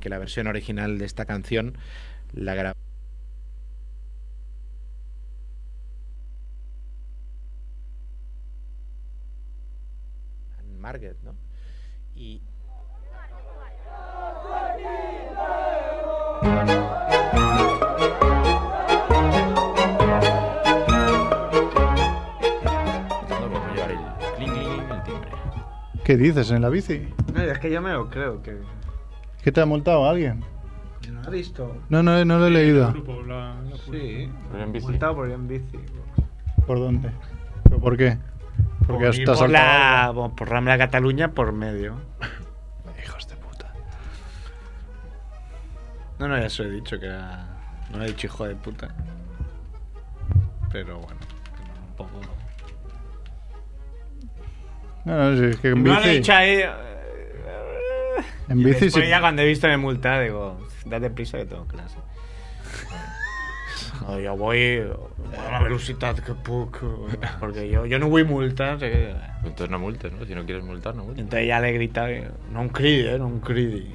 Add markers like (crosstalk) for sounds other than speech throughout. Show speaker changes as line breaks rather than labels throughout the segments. que la versión original de esta canción la grabó. Margaret, ¿no? Y,
No podemos llevar el clink clink el timbre.
¿Qué dices en la bici?
No, es que yo me lo creo que.
¿Qué te ha multado alguien?
que ¿No ha visto?
No, no, no lo he
El
leído.
grupo, la- la
Sí.
Pero en bici.
Multado por ir en bici.
¿Por dónde? ¿Pero por qué? Porque
Por ir
estás
por la,
saltado.
por- por Rambla Cataluña por medio.
(laughs) Hijos de puta.
No, no, ya se lo he dicho que era. No he dicho hijo de puta. Pero bueno, pero un poco.
No, no, sí, es que en
No lo he
bici.
dicho ahí.
En
Y
bici
después
sí.
ya cuando he visto me multa, digo, date prisa que tengo
(laughs)
clase. No, yo voy a la velocidad que puedo. Porque yo, yo no voy multa.
Pues Entonces no multes, ¿no? Si no quieres multar, no multes.
Entonces ya le grita, no un cridi, eh, no un cridi.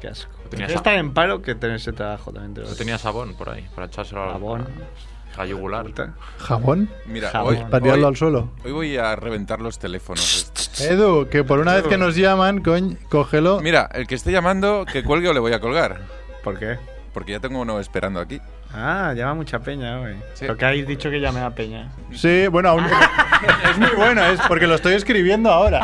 Qué asco.
Tenías
Prefiero
a-
estar en paro que tener ese trabajo también. Te lo
No
digo.
tenía sabón por ahí, para echárselo al-
Jabón.
a la yugular.
Multa.
¿Jabón?
Mira,
Jabón.
hoy,
Patearlo
hoy-
al suelo.
hoy voy a reventar los teléfonos.
Edu, que por una vez que nos llaman, coñ, cógelo.
Mira, el que esté llamando, que cuelgue o le voy a colgar.
¿Por qué?
Porque ya tengo uno esperando aquí.
Ah, llama mucha peña, güey.
Sí.
Porque habéis dicho que llamé a peña.
Sí, bueno, aún-
(laughs)
es muy bueno, es porque lo estoy escribiendo
(laughs)
ahora.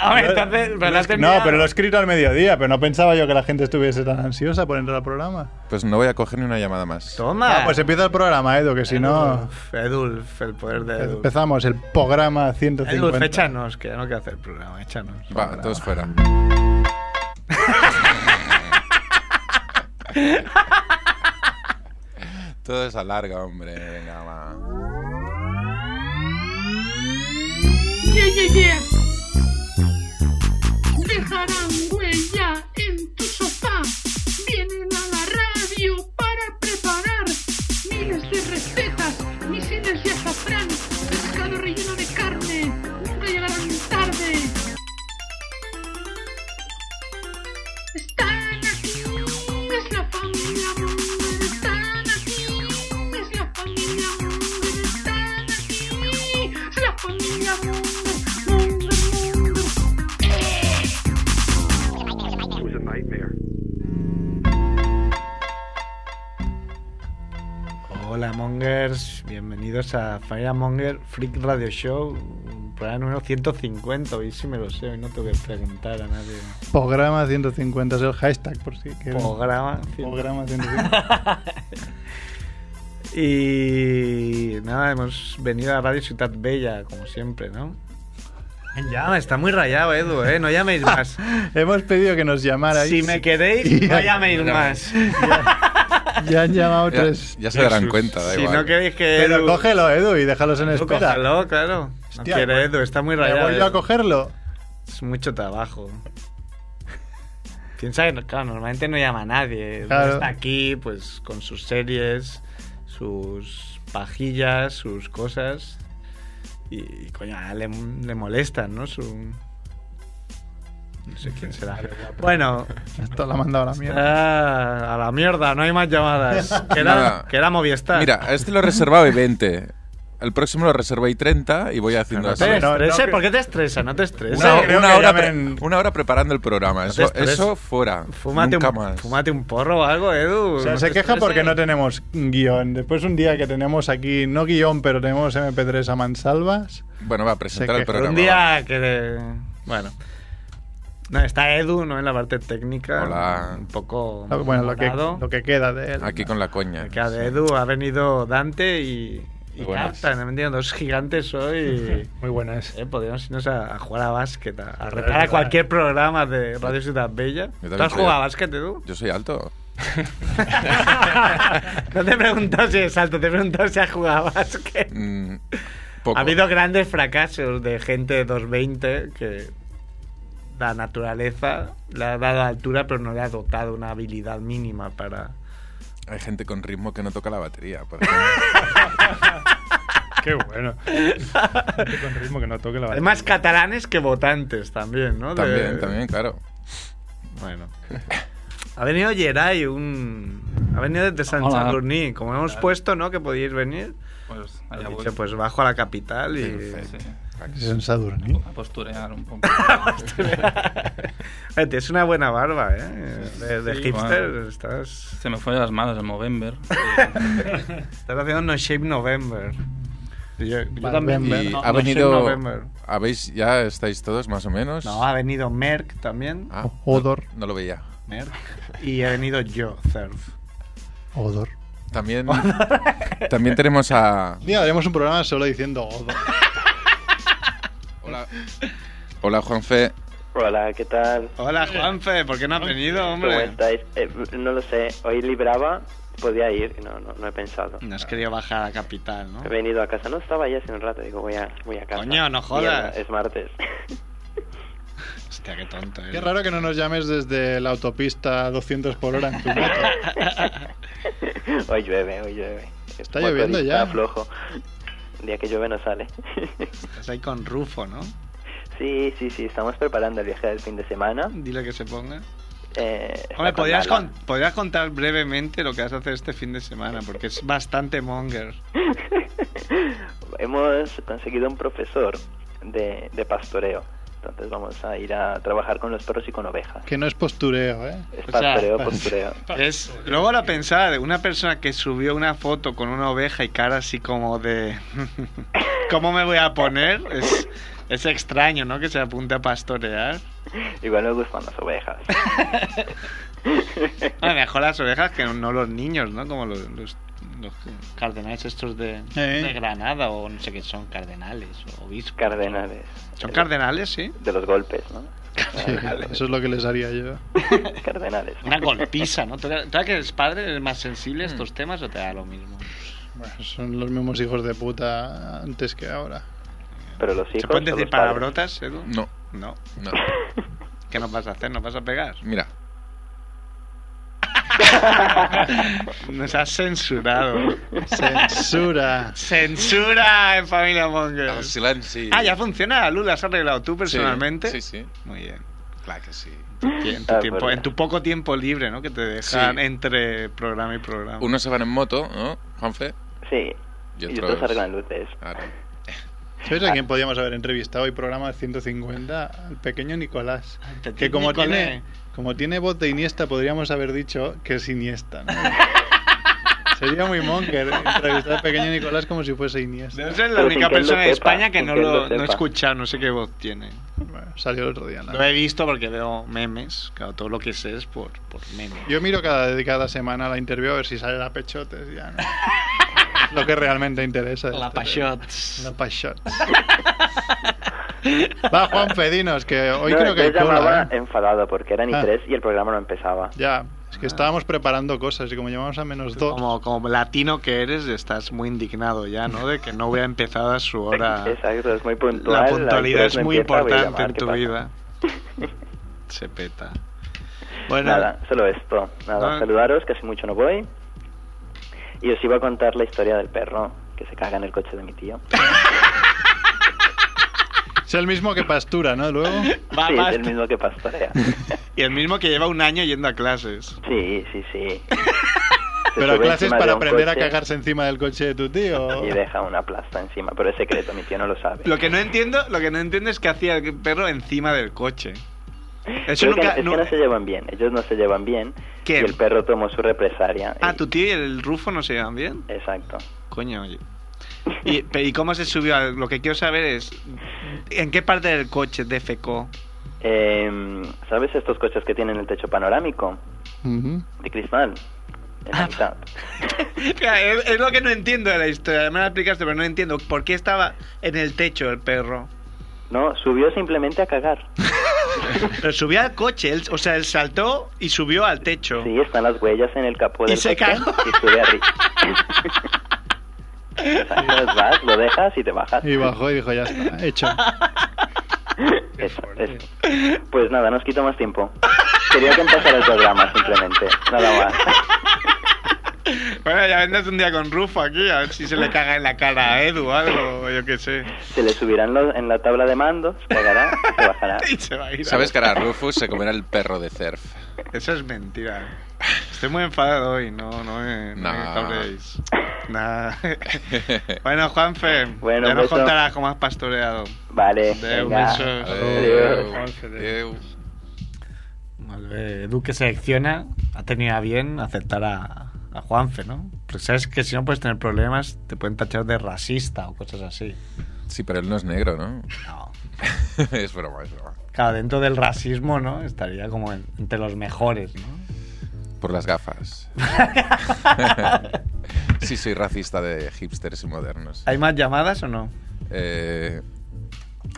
A ver, entonces,
Lo
¿verdad?
es- no, pero lo he escrito al mediodía, pero no pensaba yo que la gente estuviese tan ansiosa por entrar al programa.
Pues no voy a coger ni una llamada más.
Toma.
Ah, pues empieza el programa, Edu, que si no...
Edulf, Edulf, el poder de Edulf.
Empezamos el programa
Edulf,
150.
échanos, que ya no quiero hacer el programa, échanos.
Va, todos fuera. Todo es alarga, hombre. Venga, va.
Yeah, yeah, yeah. Dejarán huella en tu sofá. Vienen a la radio para preparar miles de recetas, misiles de azafrán, pescado relleno de carne. Nunca llegarán tarde. Están aquí, es la familia Munger. Están aquí, es la familia Munger. Están aquí, es la familia Munger. Munger, Munger.
Hola, Mongers. Bienvenidos a Fire Monger Freak Radio Show. Programa número 150. Hoy sí me lo sé, hoy no tengo que preguntar a nadie.
Programa 150 es el hashtag, por si quieren.
Programa.
Programa 150.
(laughs) Y nada, hemos venido a Radio Ciudad Bella, como siempre, ¿no? Ya, está muy rayado, Edu, ¿eh? No llaméis más. (laughs)
Hemos pedido que nos llamarais.
si me
(laughs)
queréis, no llaméis más.
Ya han llamado
Ya,
tres.
ya se darán cuenta, da
Si
igual.
no queréis que.
Pero
Edu-
cógelo, Edu, y déjalos en
Edu,
espera.
cógelo, claro. No
Hostia,
quiere
pues-
Edu, está muy
Me
rayado.
voy yo a
Edu.
cogerlo.
Es mucho trabajo. Piensa que, no- claro, normalmente no llama a nadie.
Claro.
Está aquí, pues, con sus series, sus pajillas, sus cosas. Y, y, coño, ahora le, le molestan, ¿no? Su... No sé quién será. Bueno,
(laughs) Esto lo ha mandado a la mierda.
ah, a la mierda, no hay más llamadas. Que era,
Nada.
que era Movistar.
Mira, a este lo he reservado y 20. El próximo lo reservé y 30 y voy haciendo
No
así.
te
no, no,
estreses,
que-
¿por qué te estresa? No te estreses.
Una,
Sí, creo
una
que
hora
llamen-
pre- una hora preparando el programa. Eso,
te estreses.
eso fuera.
Fúmate
Nunca
un,
más.
fúmate un porro o algo, Edu.
O sea,
no
se
te
queja porque
estreses.
no tenemos guión. Después un día que tenemos aquí, no guión, pero tenemos MP3 a mansalvas.
Bueno, va a presentar
Se
el
quejó
programa.
Un
va.
día que... Bueno. No, está Edu, ¿no? En la parte técnica.
Hola.
Un poco...
Ah, Bueno, lo que,
morado.
lo que queda de él.
Aquí con la coña.
Que a de Edu ha venido Dante y... Y
Muy buenas.
Captain. Han venido dos gigantes hoy.
Muy buenas.
Eh, podríamos irnos a, a jugar a básquet, a, a retar a
verdad.
cualquier programa de Radio Ciudad Bella.
Yo
¿Tú
también
has
soy-
jugado a básquet, Edu?
Yo soy alto.
(laughs) no te he preguntado si es alto, te he preguntado si has jugado a básquet.
Mm, poco.
Ha habido grandes fracasos de gente de 220 que la naturaleza le ha dado altura pero no le ha dotado una habilidad mínima para...
Hay gente con ritmo que no toca la batería. (laughs) por ejemplo.
Qué bueno. Con ritmo que no toque la
Hay más catalanes que votantes también, ¿no? De-
también, también, claro.
Bueno. Ha venido Geray, un... Ha venido desde San
Hola.
Sadurní. Como hemos puesto, ¿no? Que podíais venir.
Pues
Ha
allá voy.
dicho, pues bajo a la capital y...
Sí,
Es en Sadurní.
A posturear un
(laughs)
poco.
Eh, Tienes una buena barba, ¿eh? De, de
Sí,
hipster.
bueno.
Estás,
Se me fue de las manos el Movember.
estás haciendo No Shape November. Yo,
Vale, también.
Y
November, no,
ha
no,
venido.
Shape November.
¿Habéis, ya estáis todos más o menos?
No, ha venido Merck también.
Ah,
Odor.
No, no lo veía.
Merck. Y ha venido yo, Cerf.
Odor.
También, (laughs) también tenemos a.
Un día haremos un programa solo diciendo "Oh,
(laughs)
Odor.
Hola, Hola Juanfe.
Hola, ¿qué tal?
Hola, Juanfe. ¿Por qué no has venido,
¿Cómo
hombre?
estáis? Eh, no lo sé, hoy libraba, podía ir, y no, no, no he pensado.
No has querido bajar a la capital, ¿no?
He venido a casa, no estaba ya hace un rato, digo, voy a, voy a casa.
Coño, no jodas.
Mierda, es martes.
(laughs) Hostia, qué tonto. eh. eres.
Qué raro que no nos llames desde la autopista a 200 por hora en tu moto.
(laughs)
(laughs)
hoy llueve, hoy llueve.
Está lloviendo ya.
Está flojo. El día que llueve no sale. (laughs)
Estás ahí con Rufo, ¿no?
sí, sí, sí, estamos preparando el viaje del fin de semana.
Dile que se ponga.
Eh, está
Hombre,
con
¿podrías,
Lala.
con- podrías contar brevemente lo que vas a hacer este fin de semana, porque es bastante monger.
Hemos conseguido un profesor de, de pastoreo. Entonces vamos a ir a trabajar con los perros y con ovejas.
Que no es postureo, ¿eh?
Es
O sea,
pastoreo, postureo.
Es, luego la pensada de una persona que subió una foto con una oveja y cara así como de... (laughs) ¿Cómo me voy a poner? Es, es extraño, ¿no? Que se apunte a pastorear.
(laughs) Igual me gustan las ovejas.
A lo Ah, mejor las ovejas que no los niños, ¿no? Como los, los, los cardenales estos de,
Eh.
de Granada o no sé qué son, cardenales o obispos.
Cardenales.
Son cardenales, sí.
De los golpes, ¿no?
Sí, eso es lo que les haría yo.
Cardenales.
Una golpiza, ¿no? ¿Tú, tú que eres padre eres más sensible a
Mm.
estos temas o te da lo mismo?
Bueno, son los mismos hijos de puta antes que ahora.
Pero los hijos.
¿Se pueden
o
decir
los padres.
palabrotas, Edu?
No,
No.
no.
(laughs) ¿Qué nos vas a hacer? ¿Nos vas a pegar?
Mira,
(laughs) Nos has
(laughs)
censurado.
Censura.
¡Censura en Familia Monger!
el silenci.
Ah, ya funciona, Lula, has arreglado tú
Sí,
personalmente.
Sí, sí.
Muy bien.
Claro que sí.
Y En tu,
Ah,
tiempo-
pues.
en tu poco tiempo libre, ¿no? Que te dejan
Sí.
entre programa y programa.
Unos se van en moto, ¿no, Juanfe?
Sí.
Y
Y
otros-
otros arreglan luces.
Claro.
¿Sabes a quién podíamos haber entrevistado hoy programa 150? Al pequeño Nicolás.
Petit
Que como
Nicolás.
tiene, como tiene voz de Iniesta, podríamos haber dicho que es
(laughs)
Iniesta. ¿no? Sería muy monker entrevistar al pequeño Nicolás como si fuese Iniesta.
Debe ser la
Pero sin
única
que él lo
persona de
sepa,
España que
sin
no
que él
lo
lo
no he
sepa.
escuchado, no sé qué voz tiene.
Bueno, salió el otro día. en la
Lo he visto porque veo memes, claro, todo lo que sé es por, por memes.
Yo miro cada, cada semana la interview a ver si sale la pechotes ya, ¿no? Es lo que realmente interesa. este
La Pachots.
La pachot. Va, Juan Fedinos, que hoy
No,
creo que
yo
hay cola,
llamaba
¿eh?
enfadado porque eran y
Ah.
tres y el programa no empezaba.
Ya, es que estábamos preparando cosas y como llamamos a menos dos,
Como, como latino que eres, estás muy indignado ya, ¿no? De que no hubiera empezado a su hora.
Exacto, (laughs) es muy puntual.
La
las
puntualidad
tres
es
no
muy
empieza, voy a
importante
llamar,
en
¿qué
tu
pasa?
vida. Se peta. Bueno,
Nada, solo esto. Nada,
Ah.
saludaros, que hace mucho no voy. Y os iba a contar la historia del perro que se caga en el coche de mi tío.
es el mismo que pastura, ¿no? Luego,
va
(laughs) sí,
más-
es el mismo que pastorea.
(laughs) Y el mismo que lleva un año yendo a clases.
Sí, sí,
(laughs)
sí.
pero a
sube
clases
encima de
para
un
aprender a
coche.
cagarse encima del coche de tu
(laughs)
tío.
Y deja una plasta encima, pero es secreto, mi tío no lo sabe.
Lo que no entiendo, lo que no entiendo es que hacía el perro encima del coche. Eso
Creo que-
nunca.
es
nu-
que no se llevan bien, ellos no se llevan bien.
¿Quién?
Y el perro tomó su represalia.
Ah,
y-
tu tío y el Rufo no se llevan bien.
Exacto.
Coño. oye. ¿Y, pe- ¿y cómo se subió? al- Lo que quiero saber es en qué parte del coche (laughs) defecó.
Em, ¿Sabes estos coches que tienen el techo panorámico?
Ujú.
De cristal. En
Ah.
la mitad.
Mira, es, es lo que no entiendo de la historia. Me la explicaste, pero no entiendo por qué estaba en el techo el perro.
No, subió simplemente a cagar.
Pero subió al (laughs) coche, él- o sea, él saltó y subió al techo.
Sí, están las huellas en el capó
Y
del
se
coche
cagó.
y sube arriba.
(laughs)
Entonces vas, lo dejas y te bajas.
Y bajó y dijo, ya está, hecho.
(laughs) Eso, eso. Pues nada, nos quito más tiempo. Quería que empezara el programa simplemente. Nada más.
Bueno, ya vendrás un día con Rufo aquí, a ver si se le caga en la cara a Edu o algo, yo qué sé.
Se le subirán los- en la tabla de mandos, cagará, se bajará.
(laughs) Y se va a ir. a-
Sabes que ahora Rufus se comerá el perro de Cerf.
Eso es mentira. Estoy muy enfadado hoy, no, no me, no me
No.
cabréis. Nada. (laughs) Bueno, Juanfe,
Bueno,
ya nos
pues
beso.
contarás cómo has pastoreado.
Vale,
Adeu,
venga.
besos.
Adeu.
Juanfe, adeu.
Adeu.
Molt bé, Edu que selecciona ha tenido a bien aceptar a, a Juanfe, ¿no? Pero sabes que si no puedes tener problemas, te pueden tachar de racista o cosas así.
Sí, pero él no es negro, ¿no?
No.
(laughs) es broma, es broma.
Claro, dentro del racismo, ¿no? Estaría como en- entre los mejores, ¿no?
Por las gafas. sí, soy racista de hipsters y modernos.
¿Hay más llamadas o no?
Eh,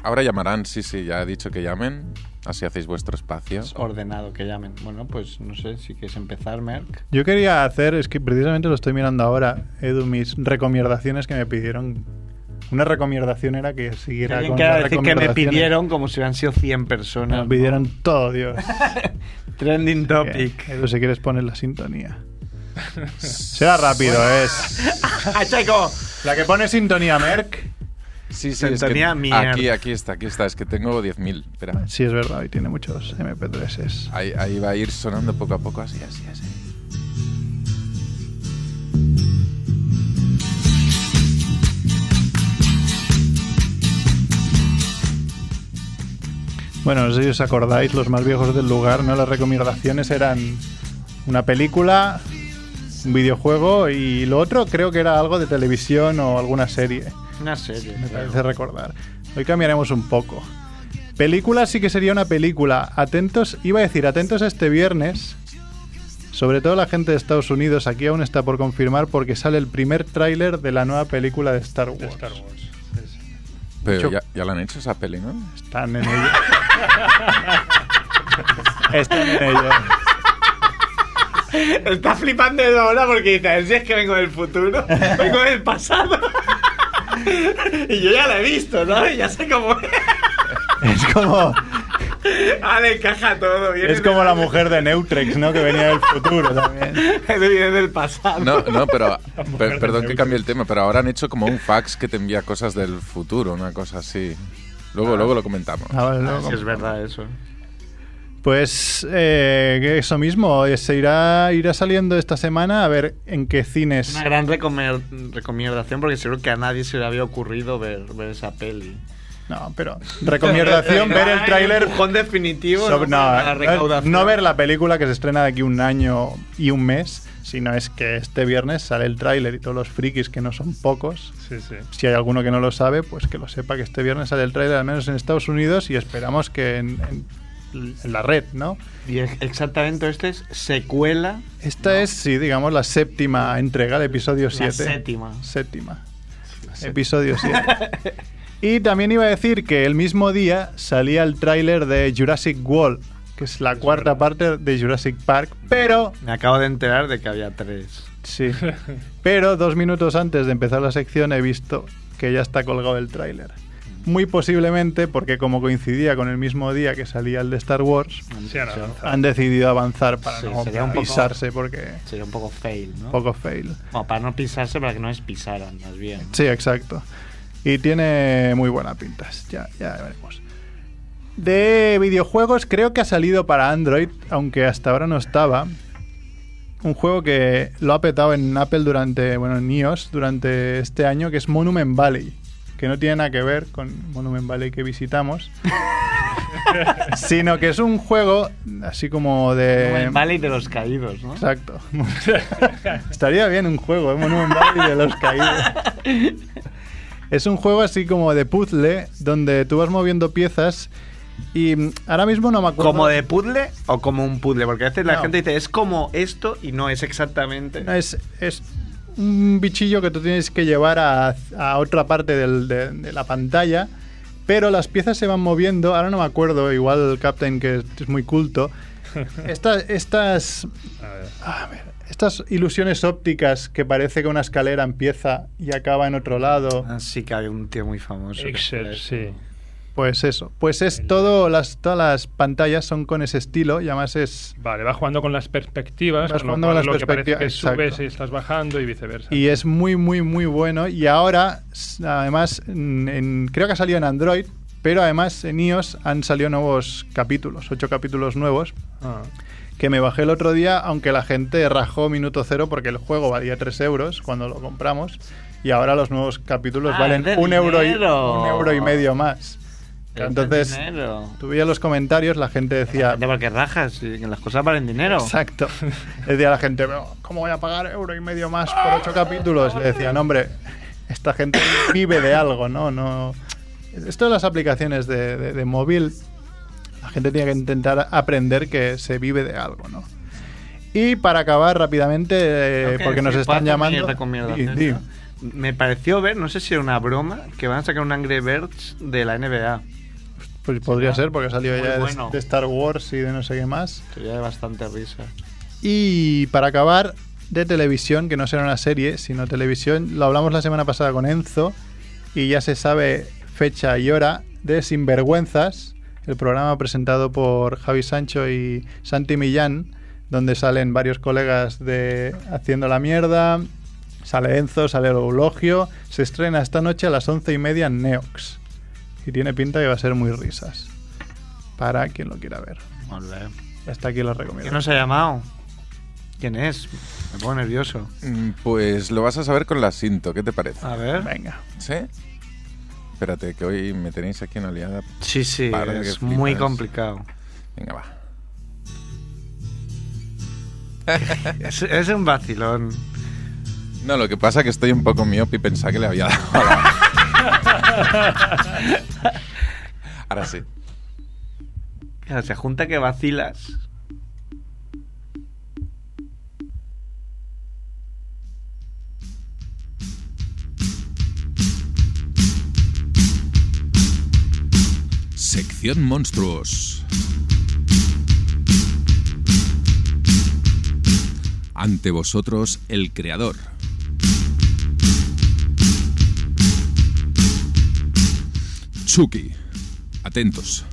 ahora llamarán, sí, sí, ya he dicho que llamen. Así hacéis vuestro espacio.
Es ordenado que llamen. Bueno, pues no sé si quieres empezar, Merck.
(laughs) Yo quería hacer, es que precisamente lo estoy mirando ahora, Edu, mis recomendaciones que me pidieron. Una recomendación era que siguiera
Alguien
con
quiera
las
decir que me
recomendaciones.
pidieron como si hubieran sido 100
Me
personas.
lo pidieron
(laughs)
todo, Dios.
¿no? Trending topic.
Edu, si quieres poner la sintonía. Será rápido, es.
¡Ah, chico!
La que pone sintonía, Merck.
Sí, sí, es
Sintonía
que,
mierda.
aquí, aquí está, aquí está. Es que tengo 10.000. Espera.
Sí, es verdad, hoy tiene muchos MP3s.
Ahí, ahí va a ir sonando poco a poco, así, así, así.
Bueno, no sé si os acordáis, los más viejos del lugar, ¿no? Las recomendaciones eran una película, un videojuego y lo otro creo que era algo de televisión o alguna serie.
Una serie.
me parece recordar. Hoy cambiaremos un poco. Película sí que sería una película. Atentos, iba a decir, atentos a este viernes. Sobre todo la gente de Estados Unidos, aquí aún está por confirmar porque sale el primer tráiler de la nueva película de Star Wars.
Pero
Yo-
ya, ya la han hecho esa peli, ¿no?
Están en ello.
(laughs) Eh,
Están en ello.
Está flipando de ahora porque dice, a ver si es que vengo del
(laughs)
futuro, vengo del pasado. (laughs) y yo ya la he visto, ¿no? Y ya sé cómo...
Es como,
ah, le encaja todo. Viene
es como
de-
la mujer de Neutrex, ¿no? Que venía del futuro también.
Viene del pasado.
No, no, pero. per- perdón
de
que
Neutro.
cambie el tema, pero ahora han hecho como un fax que te envía cosas del futuro, una cosa así. Luego, luego lo comentamos.
Ah, vale, luego
es verdad eso.
Pues eh, que eso mismo, eh, se irá, irá saliendo esta semana a ver en qué cines.
Una gran recomer- recomendación porque seguro que a nadie se le había ocurrido ver, ver esa peli.
No, pero
(laughs)
recomendación ver el
Ay,
tráiler.
empujón definitivo.
sobre-
¿no? Para la
No, no,
recaudación.
no ver la película que se estrena de aquí un año y un mes, sino es que este viernes sale el tráiler y todos los frikis que no son pocos. Si hay alguno que no lo sabe, pues que lo sepa que este viernes sale el tráiler al menos en Estados Unidos y esperamos que en, en- en la red, ¿no?
Y es- exactamente esto es secuela.
Esta es, sí, digamos, la séptima entrega de episodio 7.
séptima.
Séptima. Episodio 7. y también iba a decir que el mismo día salía el tráiler de Jurassic World, que es la cuarta parte de Jurassic Park, pero...
Me acabo de enterar de que había tres. (laughs)
Sí. pero dos minutos antes de empezar la sección he visto que ya está colgado el tráiler. Muy posiblemente, porque como coincidía con el mismo día que salía el de Star Wars, han decidido avanzar para
Sí,
no
sería un poco-
pisarse, porque...
Sería un poco fail, ¿no?
Poco fail.
Bueno, para no pisarse, para que no les pisaran, más bien.
Sí, exacto. Y tiene muy buena pinta. Ya, ya veremos. De videojuegos, creo que ha salido para Android, aunque hasta ahora no estaba. Un juego que lo ha petado en Apple durante, bueno, en iOS durante este año, que es Monument Valley. Que no tiene nada que ver con Monument Valley que visitamos. sino que es un juego así como de.
Como el Valley de los Caídos, ¿no?
Eh, Exacto. (laughs) Estaría bien un juego, ¿eh? Monument Valley de los caídos. Es un juego así como de puzzle, donde tú vas moviendo piezas y mm, ahora mismo no me acuerdo.
¿Como de puzzle o como un puzzle? Porque a veces la
No.
gente dice, es como esto y no es exactamente.
No, es, es un bichillo que tú tienes que llevar a, a otra parte del- de, de la pantalla, pero las piezas se van moviendo. Ahora no me acuerdo, igual Captain, que es, es muy culto. (laughs) Estas, estas, a ver, estas ilusiones ópticas que parece que una escalera empieza y acaba en otro lado.
Ah, sí que hay un tío muy famoso. que
Excel,
hace eso.
sí.
Pues eso. Pues es todo, las, todas las pantallas son con ese estilo y además es...
Vale, vas jugando con las perspectivas.
Vas
con lo
jugando con
cual
las
lo que parece que
perspectivas,
subes
exacto.
y estás bajando y viceversa.
Y es muy, muy, muy bueno. Y ahora, s- además, en- en- creo que ha salido en Android, pero además en iOS han salido nuevos capítulos, ocho capítulos nuevos,
Ah.
que me bajé el otro día, aunque la gente rajó minuto cero porque el juego valía 3 euros cuando lo compramos. Y ahora los nuevos capítulos
Ah,
valen
es de
un euro, y,
dinero.
un euro y medio más.
Pero
Entonces,
vale dinero.
tú veías los comentarios, la gente decía,
De porque rajas, y que las cosas valen dinero. (laughs)
Exacto. Le decía a la gente, "Pero, ¿cómo voy a pagar euro y medio más por ocho capítulos? Le decían, hombre, esta gente vive de algo, ¿no? no Esto de las aplicaciones de, de- de móvil, la gente tiene que intentar aprender que se vive de algo, ¿no? Y para acabar rápidamente, eh,
Creo que
porque nos
sí,
están
cuatro
llamando...
mierda con mierda,
Di-
¿no?
di.
Me pareció ver, no sé si era una broma, que van a sacar un Angry Birds de la NBA.
Pues podría ser, porque salió
Muy
ya de-
bueno.
de Star Wars y de no sé qué más.
Sería de bastante risa.
Y para acabar, de televisión, que no será una serie, sino televisión, lo hablamos la semana pasada con Enzo y ya se sabe fecha y hora de Sinvergüenzas, el programa presentado por Javi Sancho y Santi Millán, donde salen varios colegas de Haciendo la Mierda, sale Enzo, sale el Eulogio, se estrena esta noche a las once y media en Neox y tiene pinta que va a ser muy risas. Para quien lo quiera ver. Hasta aquí lo recomiendo.
¿Quién nos ha llamado? ¿Quién es? Me pongo nervioso.
Mm, Pues lo vas a saber con la cinto, ¿qué te parece?
A ver.
Venga.
¿Sí? Espérate, que hoy me tenéis aquí una liada.
Sí, sí,
Para que
es
flipas.
muy complicado. (laughs)
Venga, va.
Es, es un vacilón.
No, lo que pasa es que estoy un poco miope y pensaba que le había dado a la- Ahora sí.
Claro, se junta que vacilas.
Sección Monstruos. Ante vosotros el creador. Chucky. Atentos.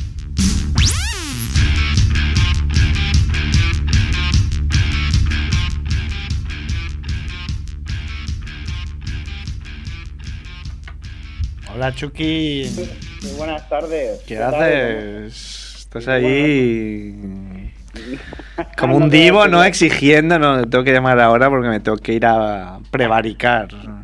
Hola, Chucky.
Muy buenas tardes.
¿Qué
tal?
haces? Estás ahí. Como un divo, ¿no? Exigiendo, no, tengo que llamar ahora porque me tengo que ir a prevaricar. ¿no?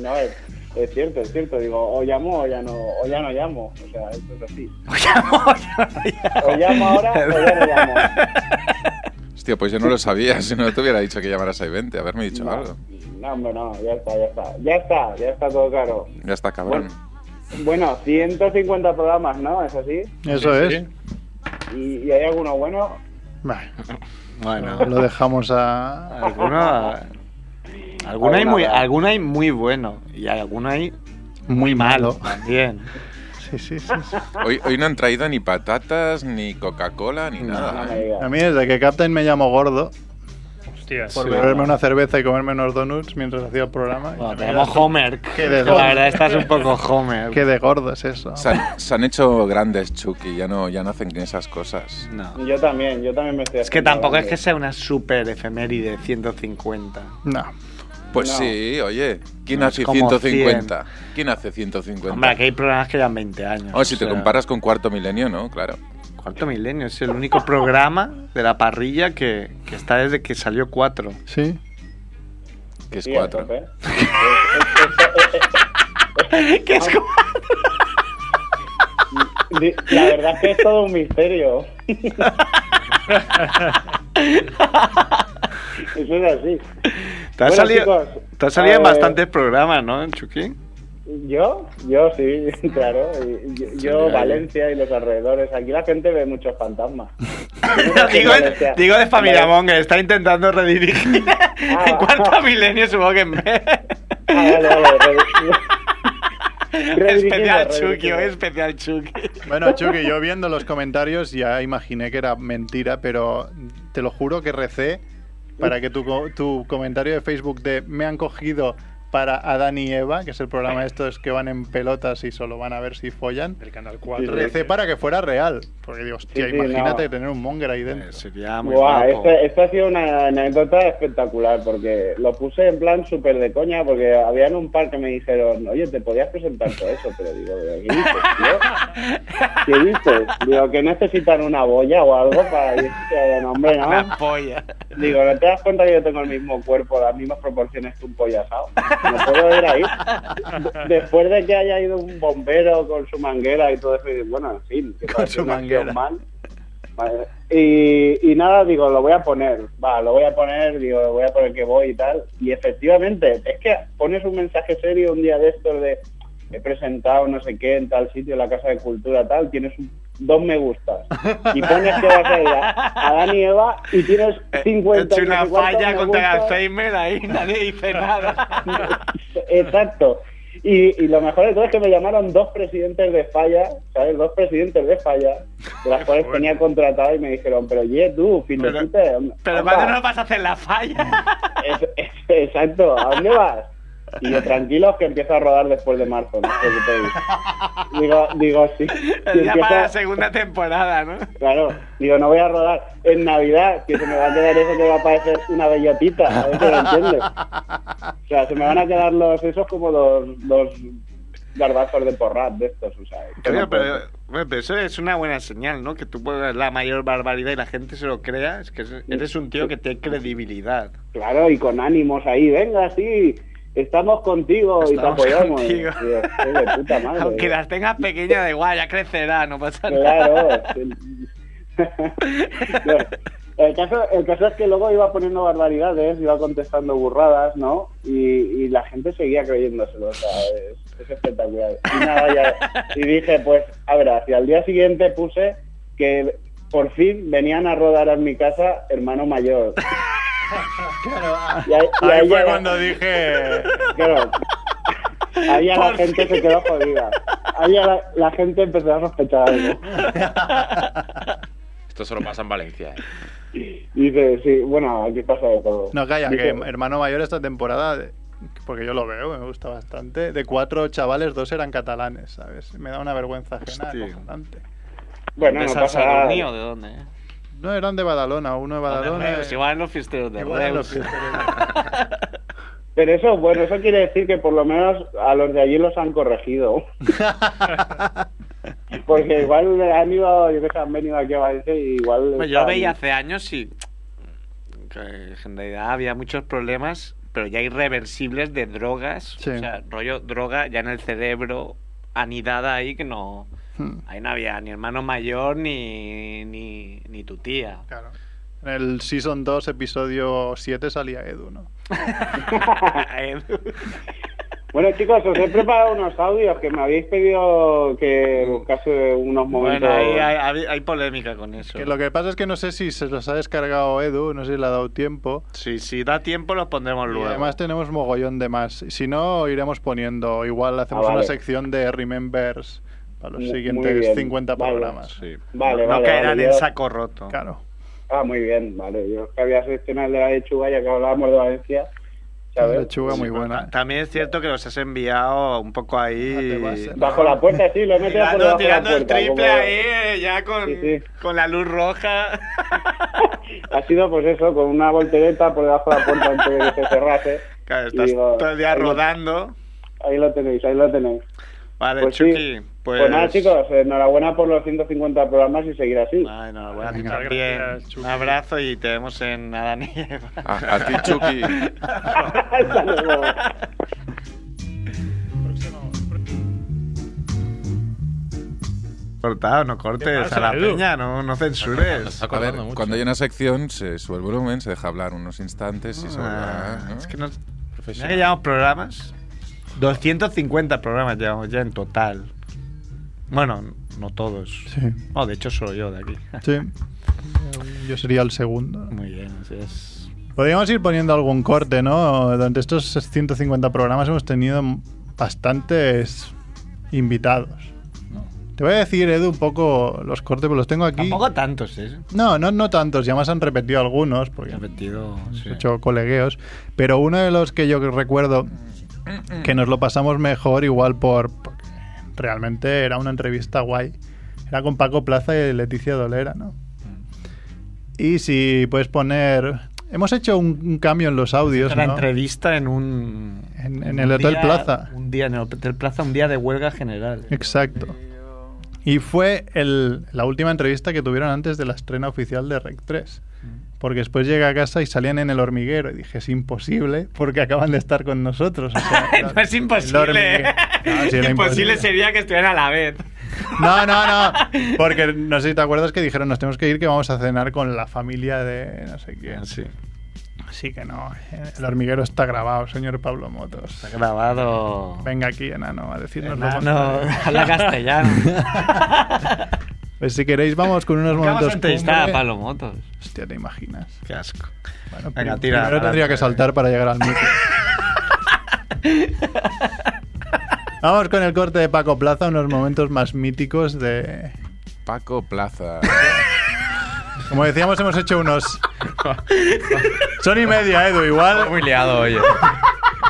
No, es, es cierto, es cierto. Digo, o llamo o ya no, o ya no llamo. O sea, esto es así. O llamo ahora o ya no llamo.
Hostia, pues yo no lo sabía. (laughs) Si no te hubiera dicho que llamaras a Ivente, haberme dicho
No.
algo.
No, hombre, no, ya está, ya está. Ya está, ya está todo claro.
Ya está, cabrón.
Bueno, 150 programas, ¿no? ¿Es así?
Eso
Sí,
es.
sí.
¿Y, y hay alguno bueno?
Vale.
Bueno,
Lo dejamos a.
alguna. Alguna hay muy, alguna hay muy bueno y hay alguna hay muy malo también.
Sí, sí, sí. sí.
Hoy, hoy no han traído ni patatas, ni Coca-Cola, ni nada.
No me
¿eh?
digas.
A mí, desde que Captain me llamó gordo
Hostias.
por beberme una cerveza y comerme unos donuts mientras hacía el programa.
Bueno,
Que
tenemos Homer.
Qué de-
La verdad, estás un poco Homer.
Qué de gordo es eso.
Se han, se han hecho grandes, Chucky. Ya no, ya no hacen esas cosas.
No.
Yo también, yo también me estoy
Es que
haciendo
tampoco es
grande.
que sea una super efeméride 150.
No.
Pues
No.
sí, oye. ¿Quién
No, es
hace
como
150? ¿Quién hace 150?
Hombre, aquí hay programas que llevan 20 años.
Oh, si te
o sea,
comparas con Cuarto Milenio, ¿no? Claro.
Cuarto Milenio es el único programa de la parrilla que, que está desde que salió 4.
Sí.
Que es
Sí, a
cuatro.
tope.
¿Qué
Ah.
es como-
Di- La verdad es que es todo un misterio. Eso es así.
Te ha
Bueno,
salido,
chicos,
te ha salido en
eh,
bastantes programas, ¿no, Chucky?
(laughs) ¿Yo? Yo sí, (laughs) claro. Y- Yo, yo,
Genial.
Valencia y los alrededores. Aquí la gente ve muchos fantasmas.
(laughs) digo,
en Valencia.
digo de Familia
Vale.
Monge, está intentando redirigir. (laughs) en cuarto milenio supongo que en vez.
Ah, vale, vale, re-
(laughs)
Redirigimos,
especial Chucky,
redirigimos.
hoy especial Chucky.
Bueno, Chucky, yo viendo los comentarios ya imaginé que era mentira, pero te lo juro que recé para que tu, co- tu comentario de Facebook de me han cogido para Adán y Eva, que es el programa de estos que van en pelotas y solo van a ver si follan.
Del Canal
Recé para que fuera real. Porque digo, hostia,
Sí, sí,
imagínate
no.
tener un monger ahí dentro. sería
Buah, este
(laughs)
esta, esta ha sido una anécdota espectacular porque lo puse en plan súper de coña porque había en un par que me dijeron, oye, te podías presentar por eso, pero digo, ¿qué dices, tío? ¿Qué dices? Digo, que necesitan una boya o algo para irse no, hombre, ¿no?
Una
(laughs)
polla.
Digo, ¿no te das cuenta que yo tengo el mismo cuerpo, las mismas proporciones que un pollo asado? No puedo ir ahí. Después de que haya ido un bombero con su manguera y todo eso, y bueno, en fin. Que con
su manguera.
Y, y nada, digo, lo voy a poner, va, lo voy a poner, digo, voy a poner que voy y tal. Y efectivamente, es que pones un mensaje serio un día de estos de he presentado no sé qué en tal sitio, en la Casa de Cultura, tal, tienes un- dos me gustas. Y pones que vas a ir a, a Dani Eva y tienes 50
He hecho Eh, una
no sé cuántos
falla
me
contra el
gustas.
Alzheimer ahí, nadie
(laughs)
dice nada.
Exacto. Y, y lo mejor de todo es que me llamaron dos presidentes de falla, ¿sabes? Dos presidentes de falla, de las cuales tenía contratado y me dijeron, pero oye, tú, filetita,
Pero
anda,
cuando no vas a hacer la falla.
es- es- exacto, ¿a dónde vas? Y yo, tranquilos, que empiezo a rodar después de marzo, no sé qué te digo. Digo, digo, sí. Si
El día para la
empieza-
segunda temporada, ¿no?
Claro, digo, no voy a rodar en Navidad, que se me va a quedar eso que va a parecer una bellotita, a ver si lo entiendes. O sea, se me van a quedar los esos como los, los garbazos de porrat de estos, o sea. que
Oye,
no puedo.
pero, bueno, pero eso es una buena señal, ¿no? Que tú puedas la mayor barbaridad y la gente se lo crea. Es que eres un tío que tiene credibilidad.
Claro, y con ánimos ahí, venga, sí, estamos contigo
Estamos
y
(laughs)
te apoyamos.
contigo.
Digo, "Qué de puta
(laughs)
madre. ¿eh?
Aunque las tengas pequeñas, da igual, ya crecerá, no pasa
Claro.
nada.
Bueno, El caso, el caso es que luego iba poniendo barbaridades, iba contestando burradas, ¿no? Y, y la gente seguía creyéndoselo, o sea, es, es espectacular. Y, nada, ya- y dije, pues, a ver, hacia al día siguiente puse que por fin venían a rodar en mi casa hermano
(laughs)
mayor.
ah,
Y ahí, y
Ahí
ahí
fue
ya-
cuando dije.
Claro. Ahí ya la gente se quedó jodida. Ahí ya la, la gente empezó a sospechar algo.
Esto solo pasa en Valencia. ¿eh?
Y dice, sí, bueno, aquí pasa de todo.
No, calla,
Dice,
que hermano mayor esta temporada, de- porque yo lo veo, me gusta bastante. De cuatro chavales, dos eran catalanes, ¿sabes? Me da una vergüenza ajena. acojonante.
Bueno,
¿De
"Pues no
San
pasa nada.
Sadurní o de dónde? eh?
No, eran de Badalona, uno de Badalona.
Reus, pues igual en los fiesteros de
Igual en los
Reus.
Pero eso, bueno, eso quiere decir que por lo menos a los de allí los han corregido. Porque igual han ido, yo que sé, han venido aquí a Valencia y igual...
Hombre, Yo
están-
veía hace años y que en realidad había muchos problemas, pero ya irreversibles de drogas.
Sí.
O sea, rollo droga ya en el cerebro anidada ahí que no...
Hmm.
Ahí no había ni hermano mayor ni, ni, ni tu tía.
Claro. En el Season 2, episodio 7, salía Edu, ¿no?
Eh,
Bueno, chicos, os he preparado unos audios que me habéis pedido que buscase unos momentos...
bueno, ahí hay, hay- hay polémica con eso.
Que lo que pasa es que no sé si se los ha descargado Edu, no sé si le ha dado tiempo.
Sí, si da tiempo los pondremos
Y
luego.
además tenemos mogollón de más. Si no, iremos poniendo. Igual hacemos
vale.
una sección de Remembers para los
Mu- Ah, muy
siguientes
bien.
50
Vale.
programas.
Vale,
no
vale,
caerán
vale,
en
yo-
saco roto.
Claro.
Ah, muy bien, vale. Yo que había seleccionado el de la lechuga ya que hablábamos de Valencia.
La
¿sabes?
lechuga muy buena.
También es cierto que los has enviado un poco
Ah,
ahí.
eh.
Bajo la puerta, sí, lo he metido por
Tirando,
debajo de la
tirando el
puerta.
triple
como-
ahí, eh, ya con,
Sí, sí.
con la luz roja.
Ha sido pues eso, con una voltereta por debajo de la puerta antes de que se cerrase.
Claro,
Y
estás
digo,
todo el día
ahí lo-
rodando.
Ahí lo tenéis, ahí lo tenéis.
Vale,
Pues sí.
Chucky, pues.
Pues nada, chicos, enhorabuena por los 150 programas y seguir así.
Ay, Ah, enhorabuena a ti también. Un abrazo y te vemos en Adán y Eva.
A- a ti,
(laughs)
Chucky.
Hasta luego.
Cortado, no cortes a la
Edu?
peña, no, no censures.
A ver, cuando hay una sección, se sube el volumen, se deja hablar unos instantes y se vuelve a- ¿no?
Ah, Es que no. Mira que llevamos programas. 250 programas llevamos ya en total. Bueno, no todos. No, de hecho, solo yo de aquí.
Sí. Yo sería el segundo.
(laughs) Muy bien, así es.
Podríamos ir poniendo algún corte, ¿no? Durante estos 150 programas hemos tenido bastantes invitados. Te voy a decir, Edu, un poco los cortes, porque los tengo aquí.
Tampoco tantos, ¿eh?
No, no, no tantos, ya más han repetido algunos, porque
Repetido,
hemos
sí.
hecho colegueos. Pero uno de los que yo recuerdo que nos lo pasamos mejor igual por... Porque realmente era una entrevista guay. Era con Paco Plaza y Leticia Dolera,
(laughs)
¿no? Y si puedes poner... Hemos hecho un, un cambio en los audios,
Una
¿no?
entrevista en un. En,
en el Hotel Plaza.
Un día en el Hotel Plaza, un día de huelga general.
Exacto. Y fue el- la última entrevista que tuvieron antes de la estrena oficial de Rec 3. Porque después llegué a casa y salían en el hormiguero. Y dije, es imposible porque acaban de estar con nosotros. O sea, era-
(laughs) No es (laughs)
el
imposible.
hormiguero. No, sí, era
imposible,
imposible.
sería que estuvieran a la vez.
No, no, no. Porque no sé si te acuerdas que dijeron, nos tenemos que ir que vamos a cenar con la familia de no sé quién. Sí. Así que no. eh, El hormiguero está grabado, señor Pablo Motos. Está
grabado.
Venga aquí,
Ah,
enano, a decirnos
Enano, (laughs) habla castellano.
Pues si queréis, vamos con unos
Vamos
momentos.
a entrevistar
cumbre.
a Pablo Motos.
Hostia, te imaginas.
Qué asco.
Bueno,
Venga,
pri-
tira.
Primero tendría que saltar para llegar
(laughs)
al micro. Vamos con el corte de Paco Plaza, unos momentos más míticos de.
Paco
(laughs)
Plaza.
Como decíamos, hemos hecho unos. Son y media, Edu, igual.
Muy liado, oye.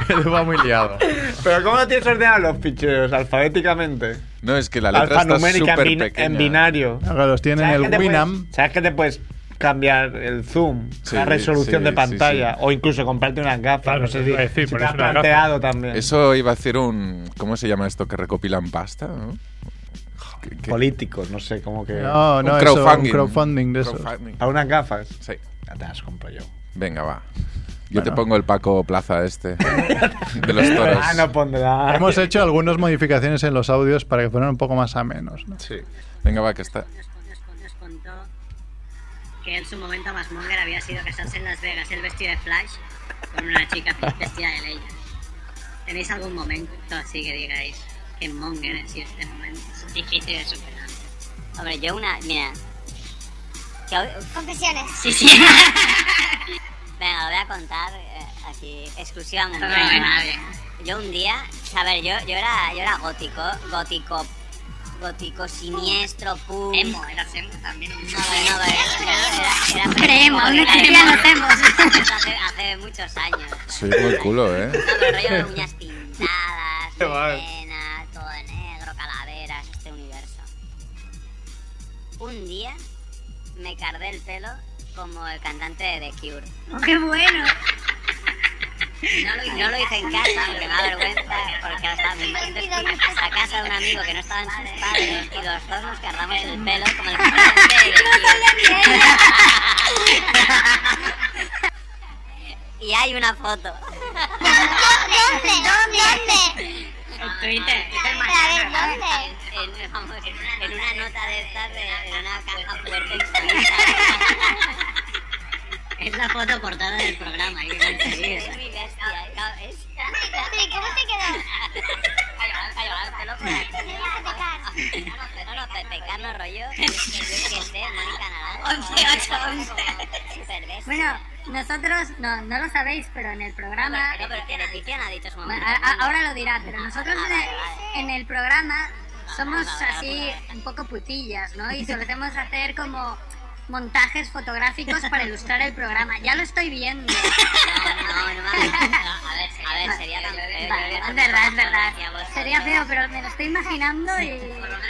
Edu va muy liado.
Pero ¿cómo tienes ordenados los ficheros? ¿Alfabéticamente?
No, es que la letra está
Alfanumérica en,
súper
bin-
pequeña.
en binario.
los tienen
¿Sabes
el
que te
Winamp.
puedes- ¿Sabes que te puedes cambiar el zoom,
Sí,
la resolución
sí,
de
sí,
pantalla?
sí.
O incluso comprarte unas gafas. no sé si, si te
pero
has planteado también.
Eso iba a decir un... ¿Cómo se llama esto? ¿Que recopilan pasta? ¿no?
Políticos, no sé, como que...
No, no,
un
eso,
crowdfunding.
un crowdfunding de esos.
Crowdfunding.
¿Para unas gafas?
Sí.
Ya te las compro yo.
Venga, va. Yo te pongo el Paco Plaza este. de
(laughs)
los toros.
Ah, no pondrá.
Hemos hecho algunas modificaciones en los audios para que fueran un poco más amenos. ¿no?
Sí. Venga, va, que está.
nos contó que en su momento Masmonger había sido casarse en Las Vegas el vestido de Flash con una chica vestida de Leia. ¿Tenéis algún momento así que digáis que Monger en sí este momento es difícil de superar?
Hombre, yo una. Mira.
Confesiones.
Sí, sí. Venga, lo voy a contar eh, aquí exclusivamente.
No, no,
Yo un día, a ver, yo, yo, era, yo era gótico, gótico, gótico siniestro, pum. Emo, era emo también. No, no, no, era, era, era
Creemos,
era-
no creemos,
era-
hacemos.
Eso Hace, hace muchos años.
Soy muy culo, ¿eh?
No, pero rollo de uñas pintadas, penas, todo de negro, calaveras, este universo. Un día me cardé el pelo como el cantante de The Cure.
Oh, (laughs) ¡Qué bueno!
No lo, no lo hice en casa, porque me da vergüenza, porque hasta me entonces fui a casa de un amigo que no estaba en sus
Ah,
padres y los dos nos cargamos el pelo como el cantante de The Cure. Y hay una foto.
¿Dónde? ¿Dónde?
En Twitter, Twitter mañana. En, en- vamos, en una nota de estas, de, en una caja fuerte expuesta. Es la foto portada del programa. Es muy bestia. claro, Es... ¿Cómo te quedas? Calla, calla, te lo No, no, pe- pecando rollo. Yo qué sé, Mónica
11,
Naranjo.
8, 11.
Súper bestia.
Bueno, nosotros no, no lo sabéis, pero en el programa.
No, pero que Leticia no ha dicho su
Bueno,
momento.
a- a- ahora lo dirá, pero nosotros en el, en el programa somos
Vale,
así un poco putillas, ¿no? Y solemos hacer como montajes fotográficos para ilustrar el programa. Ya lo estoy (laughs) viendo.
No, no, vale. A ver, sería- a ver, sería tan feo.
Vale, es verdad, es verdad. Sería feo, pero me lo estoy imaginando y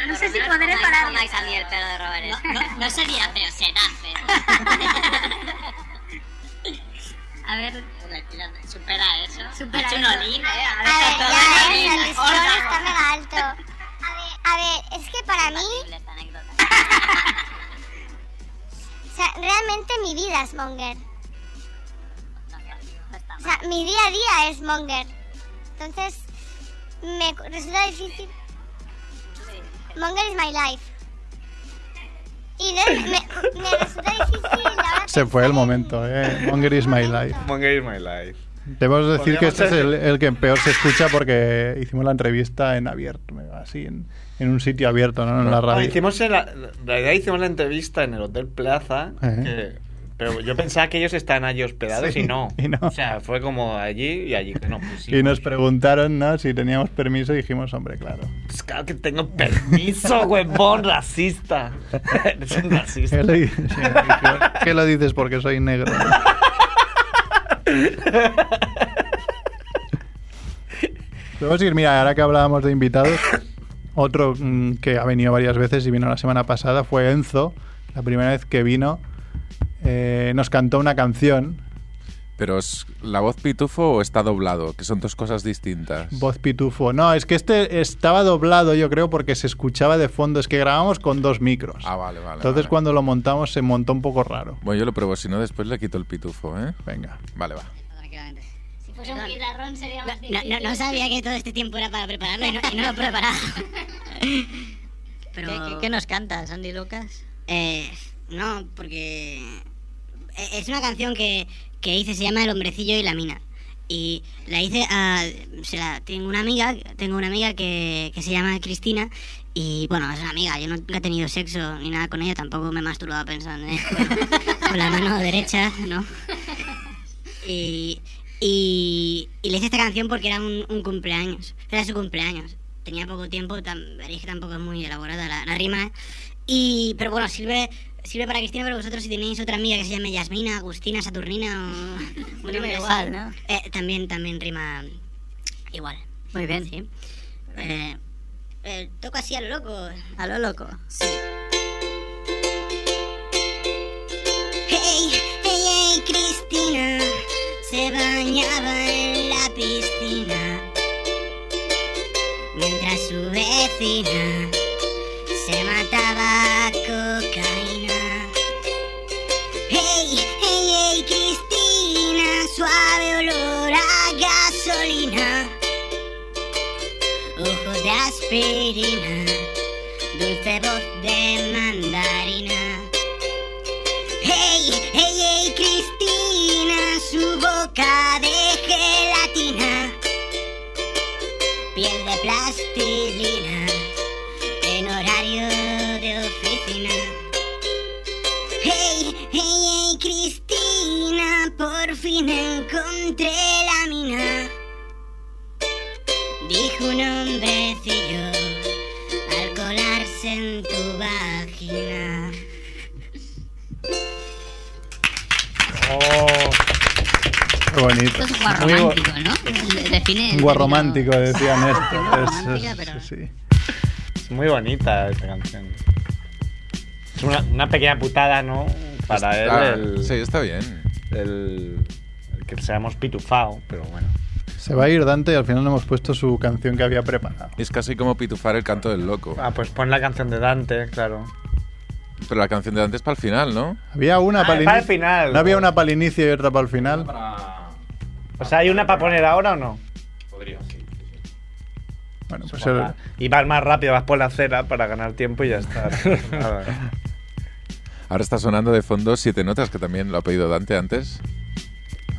no sé si podré parar.
No a mí el pelo de Robert. No sería feo, será feo.
(laughs) A ver,
Supera eso.
Supera
Ha hecho un
eso.
olín, eh.
A
Ahora
ver,
está todo
ya
en
ves,
olín.
el listón
Horda.
está mega (laughs) alto.
A ver, es que para mí, (laughs) o sea, realmente mi vida es Monger. O sea, mi día a día es Monger. Entonces, me cu- resulta difícil. Monger is my life. Y no-
(laughs)
me, me resulta difícil ahora
Se fue el momento, ¿eh? Monger is my life.
Monger is my life.
Debemos decir que
Podríamos
este es
ser-
el, el que peor se escucha porque hicimos la entrevista en abierto, así, en, en un sitio abierto, no en la
Ah,
radio.
hicimos en la, en realidad hicimos la entrevista en el Hotel Plaza.
Ajá.
que- pero yo pensaba que ellos estaban allí hospedados
Eh. Sí,
y, no.
y no.
O sea, fue como allí y allí que no pues pusimos.
Y nos preguntaron ¿no? si teníamos permiso y dijimos, hombre, claro.
Pues claro que tengo permiso, (laughs) huevón, racista. (laughs) Eres un racista.
¿Qué, le dices? Sí, dijo, "¿Qué lo dices porque soy negro? ¿no?". Podemos ir, mira, ahora que hablábamos de invitados, otro mm, que ha venido varias veces y vino la semana pasada fue Enzo. La primera vez que vino, eh, nos cantó una canción,
Pero es la voz pitufo o está doblado, que son dos cosas distintas.
Voz Pitufo. No, es que este estaba doblado, yo creo, porque se escuchaba de fondo. Es que grabamos con dos micros.
Ah, vale, vale.
Entonces, cuando lo montamos, se montó un poco raro.
Bueno, yo lo pruebo, si no después le quito el pitufo, ¿eh?
Venga.
Vale, va.
Si fuese un
Perdón.
guitarrón sería más
No,
difícil.
no, no sabía que todo este tiempo era para prepararlo y no, y no lo
(laughs)
he preparado.
(laughs)
Pero...
¿Qué- qué- qué
nos cantas,
(laughs)
Andy Lucas? Eh, no, porque... e- Es una canción que, que hice, se llama El hombrecillo y la mina. Y la hice a... se la- tengo una amiga, tengo una amiga que, que se llama Cristina y bueno, es una amiga, yo no- nunca he tenido sexo ni nada con ella, tampoco me he masturbado pensando ¿eh? (laughs) con la mano derecha, ¿no? Y, y, y le hice esta canción porque era un, un cumpleaños. Era su cumpleaños. Tenía poco tiempo, tam, veréis que tampoco es muy elaborada la, la rima. Y, pero bueno, sirve, sirve para Cristina, pero vosotros si tenéis otra amiga que se llame Yasmina, Agustina, Saturnina
(laughs)
o...
Rima
nombre así,
igual, ¿no?
eh, también, también rima igual.
Muy bien.
Sí. Eh, eh, toco así a lo loco. A lo loco. Sí. Hey, hey, hey, Cristina se bañaba en la piscina mientras su vecina se mataba a cocaína. Hey, hey, hey, Cristina, suave olor a gasolina, ojos de aspirina, dulce voz de mandarina. Hey, hey, hey, Cristina, su boca de gelatina, piel de plastilina, en horario de oficina. Hey, hey, hey, Cristina, por fin encontré la mina. Dijo un hombrecillo al colarse en tu vagina.
Oh. Qué bonito.
Esto es
Muy bo-
guarromántico, ¿no? Le- Define.
Un guarromántico, decían esto.
Guarromántica,
Eso es-
pero-
sí.
Es muy bonita esta canción. Es una, una pequeña putada, ¿no? Para
Está-
él. El,
sí, está bien.
El, el que seamos pitufao, pero bueno.
Se va a ir Dante y al final no hemos puesto su canción que había preparado.
Es casi como pitufar el canto del loco.
Ah, pues pon la canción de Dante, claro.
Pero la canción de antes para el final, ¿no?
Había una
Ah,
para el
para el
inicio-
final.
No había una para el inicio y otra para el final.
O sea, ¿hay una para poner ahora o no?
Podría, sí.
Bueno, pues el-
Y vas más rápido, vas por la acera para ganar tiempo y ya
(laughs)
está. Nada.
Ahora está sonando de fondo siete notas, que también lo ha pedido Dante antes.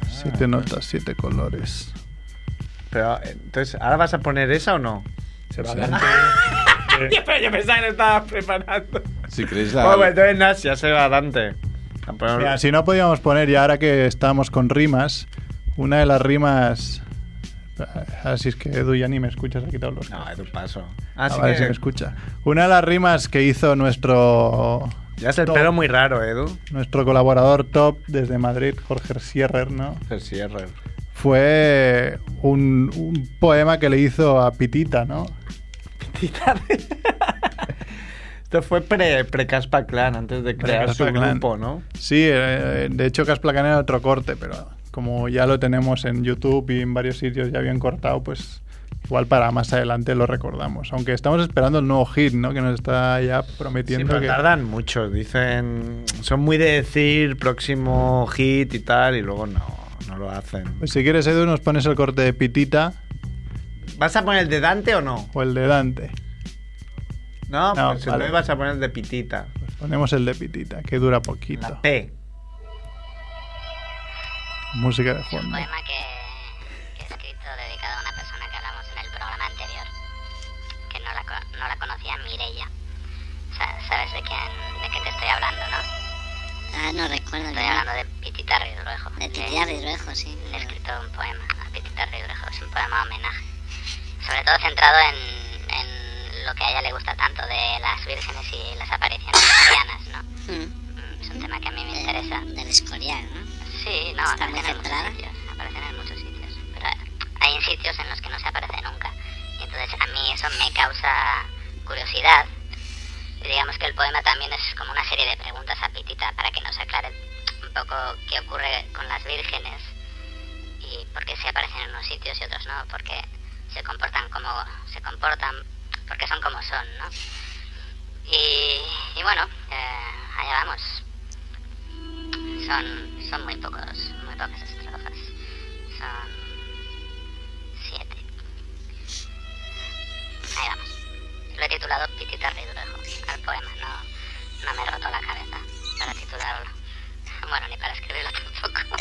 siete notas, siete colores.
Pero, entonces, ¿ahora vas a poner esa o no? Se
va
Dante.
(laughs) yo, pe- yo pensaba que lo estabas preparando.
Si queréis la...
Bueno, pues entonces nada, si ya se va Dante. La ponemos-
Mira, si no podíamos poner, ya ahora que estamos con rimas, una de las rimas. Así es que Edu ya ni me escuchas, ha quitado los.
No, es un paso.
Ah,
Así
vale,
que
si me escucha. Una de las rimas que hizo nuestro
ya es el pelo muy raro, Edu.
nuestro colaborador top desde Madrid, Jorge Sierrer, ¿no?
El
(laughs)
cierre.
Fue un, un poema que le hizo a Pitita, ¿no?
Esto fue pre, pre Caspa Clan, antes de crear su
Caspa Clan.
grupo, ¿no?
Sí, eh, de hecho Casplacan era otro corte, pero como ya lo tenemos en YouTube y en varios sitios ya habían cortado, pues igual para más adelante lo recordamos. Aunque estamos esperando el nuevo hit, ¿no? Que nos está ya
Sí,
prometiendo
pero
que...
tardan mucho, dicen. Son muy de decir próximo hit y tal, y luego no, no lo hacen.
Pues si quieres, Edu, nos pones el corte de Pitita
¿Vas a poner el de Dante o no?
o el de Dante.
No,
No,
pues
vale.
no ibas a poner el de Pitita.
Ponemos el de Pitita, que dura poquito.
P.
Música de fondo.
poema que, que he escrito dedicado a una persona que hablamos en el programa anterior, que no la, co- no la conocía Mireia. Sa- ¿Sabes de quién, de quién te estoy hablando, no? Ah, no recuerdo. Estoy hablando de Pitita Ridruejo. De Pitita Ridruejo, sí. He escrito un poema a Pitita Ridruejo, es un poema homenaje. Sobre todo centrado en, en lo que a ella le gusta tanto de las vírgenes y las apariciones marianas, ¿no? Mm, Es un tema que a mí me interesa. Del escorial, ¿no? Sí, no, aparecen en muchos sitios. Aparecen en muchos sitios. Pero hay sitios en los que no se aparece nunca.
le ocurre con las vírgenes y por qué se aparecen en unos sitios y otros no, porque se comportan como se comportan, porque son como son, ¿no? Y, y bueno, eh, allá vamos. Son, son muy pocos, muy pocas estrofas. Son siete. Ahí vamos. Lo he titulado Pitita Ridurejo al poema, no, no me he roto la cabeza para titularlo. Bueno, ni para escribirlo tampoco.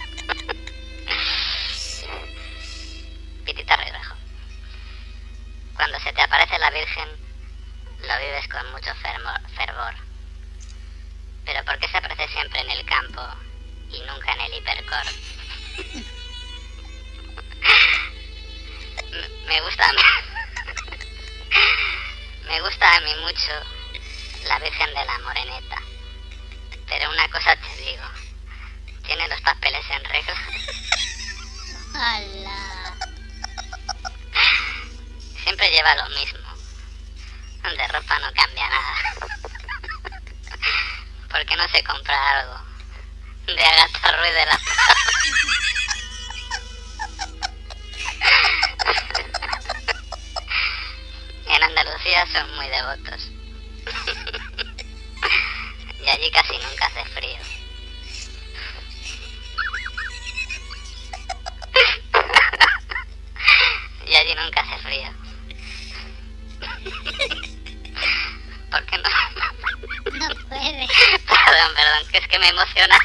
(laughs) Pitita Ridurejo. Cuando se te aparece la Virgen, lo vives con mucho fermo- fervor. Pero ¿por qué se aparece siempre en el campo y nunca en el hipercor? (laughs) M- me gusta me gusta a mí mucho la Virgen de la Moreneta. Pero una cosa te digo, tiene los papeles en regla. (laughs)
Hola.
Siempre lleva lo mismo. De ropa no cambia nada. (laughs) ¿Por qué no se compra algo? De Agatha Ruiz de la (laughs) En Andalucía son muy devotos. (laughs) y allí casi nunca hace frío. y allí nunca hace frío. ¿Por qué no?
No puede.
Perdón, perdón, que es que me emociona.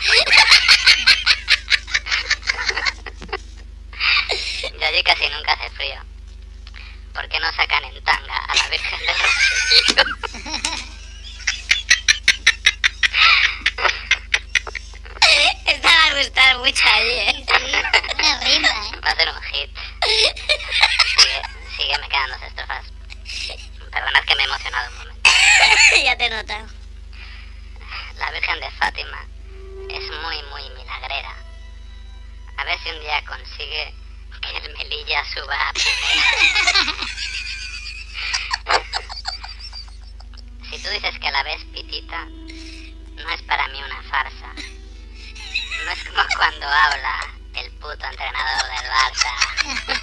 y allí casi nunca hace frío. ¿Por qué no sacan en tanga a la Virgen del Rocío?
Esta va a gustar mucho allí, ¿eh? Sí, una rima, ¿eh?
Va a ser un hit. Sigue, sigue, me quedan dos estrofas. Perdonad que me he emocionado un momento.
ya te he notado.
La Virgen de Fátima es muy, muy milagrera. A ver si un día consigue que el Melilla suba a primera. si tú dices que la ves pitita, no es para mí una farsa. No es como cuando habla el puto entrenador del Barça.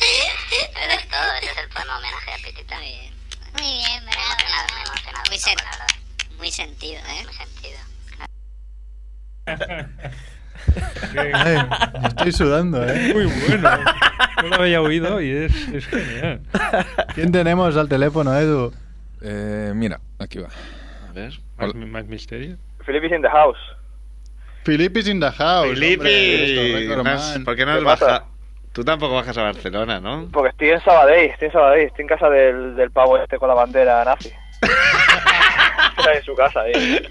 Eso es todo, ese es el poema homenaje a Pitita. Muy bien,
Muy bien,
me he
bravo.
emocionado, me he emocionado.
Ah, Muy
un
sen-
poco, la verdad.
Muy sentido, ¿eh?
Muy sentido.
Ay, yo estoy sudando, ¿eh?
Muy bueno. No lo había oído y es, es genial.
¿Quién tenemos al teléfono, Edu?
Eh, mira, aquí va.
A ver, más, más misterio.
Felipe is in the house.
Filipe in the house.
Filipe,
hombre, esto,
más-
Recordman.
¿por qué no
¿Qué
has
pasa?
bajado? Tú tampoco bajas a Barcelona, ¿no?
Porque estoy en Sabadell, estoy en Sabadell, estoy en casa del, del pavo este con la
(laughs)
bandera nazi. Está en su casa, eh.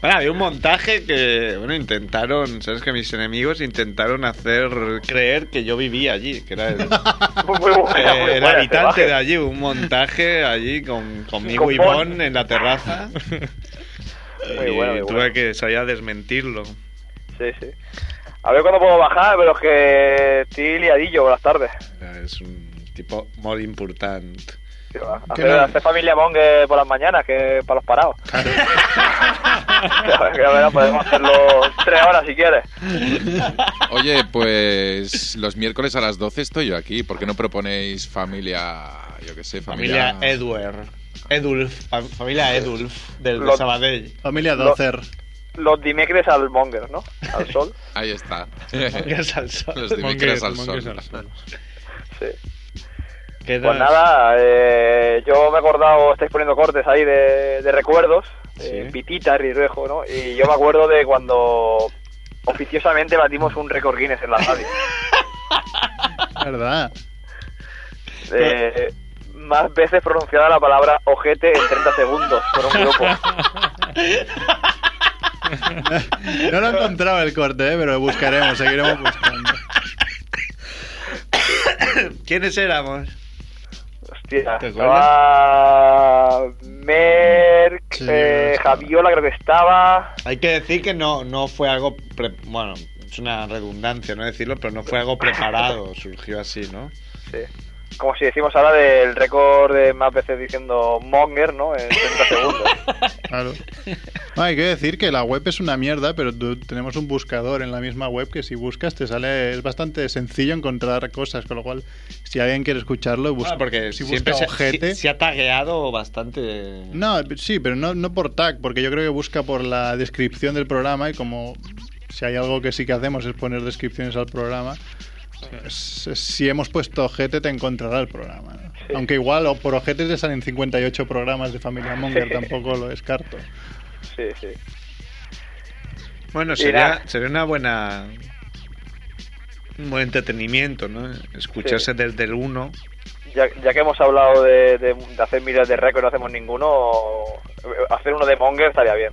Bueno, había un montaje que, bueno, intentaron, sabes que mis enemigos intentaron hacer creer que yo vivía allí, que (laughs) era el,
buena, muy
eh, el
buena,
habitante (laughs)
salvaje.
de allí, un montaje allí con, conmigo
Con
y
Bon.
Bon en la terraza.
Muy
y
bueno, muy
tuve
bueno.
que salir a desmentirlo.
Sí, sí. A ver cuándo puedo bajar, pero es que estoy liadillo por las tardes.
Es un tipo muy importante.
Hacer, hacer familia Monge por las mañanas, que para los parados. (laughs) Ya ver- ya verás, podemos hacerlo tres horas si quieres.
Oye, pues los miércoles a las 12 estoy yo aquí. ¿Por qué no proponéis familia, yo qué sé, familia...
Familia Edward. Edulf, fam- familia Edulf del de
Lo-
Sabadell.
Familia
Lo-
Dozer.
Los dimecres al Monger, ¿no? Al sol.
Ahí está.
Mongues
(laughs)
al sol.
Los de
Mongues,
Micras al
mongues
sol.
al sol.
Sí.
Queda-
Pues nada, eh, yo me he acordado, estáis poniendo cortes ahí de, de recuerdos, eh, Pitita, Riruejo, ¿no? Y yo me acuerdo de cuando oficiosamente batimos un récord Guinness en la radio.
¿Verdad?
Eh, más veces pronunciada la palabra ojete en 30 segundos por un grupo.
No lo he encontrado el corte, ¿eh? pero lo buscaremos, seguiremos buscando.
¿Quiénes éramos?
Hostia,
¿Te acuerdas?
estaba Merck, eh, Javiola creo que estaba,
Hay que decir que no, no fue algo. pre- bueno, (laughs) es una redundancia no decirlo, pero no fue algo preparado. Surgió así, ¿no?
sí. como si decimos ahora del récord de más veces diciendo Monger, ¿no? En 30 segundos.
Claro. No, hay que decir que la web es una mierda, pero tú- tenemos un buscador en la misma web que si buscas te sale. Es bastante sencillo encontrar cosas, con lo cual, si alguien quiere escucharlo, busca.
Ah, porque
si
siempre
busca
se,
ojete.
se- se ha tagueado bastante.
No, sí, pero no, no por tag, porque yo creo que busca por la descripción del programa y como si hay algo que sí que hacemos es poner descripciones al programa, pues, si hemos puesto ojete te encontrará el programa. ¿no? Aunque igual o por ojetes le salen 58 programas de Familia Monger, tampoco lo descarto.
Sí, sí.
Bueno,
Y
sería,
nada.
sería una buena. Un buen entretenimiento, ¿no? Escucharse desde el 1.
Ya, ya que hemos hablado de, de- de hacer miles de récords y no hacemos ninguno, hacer uno de Monger estaría bien.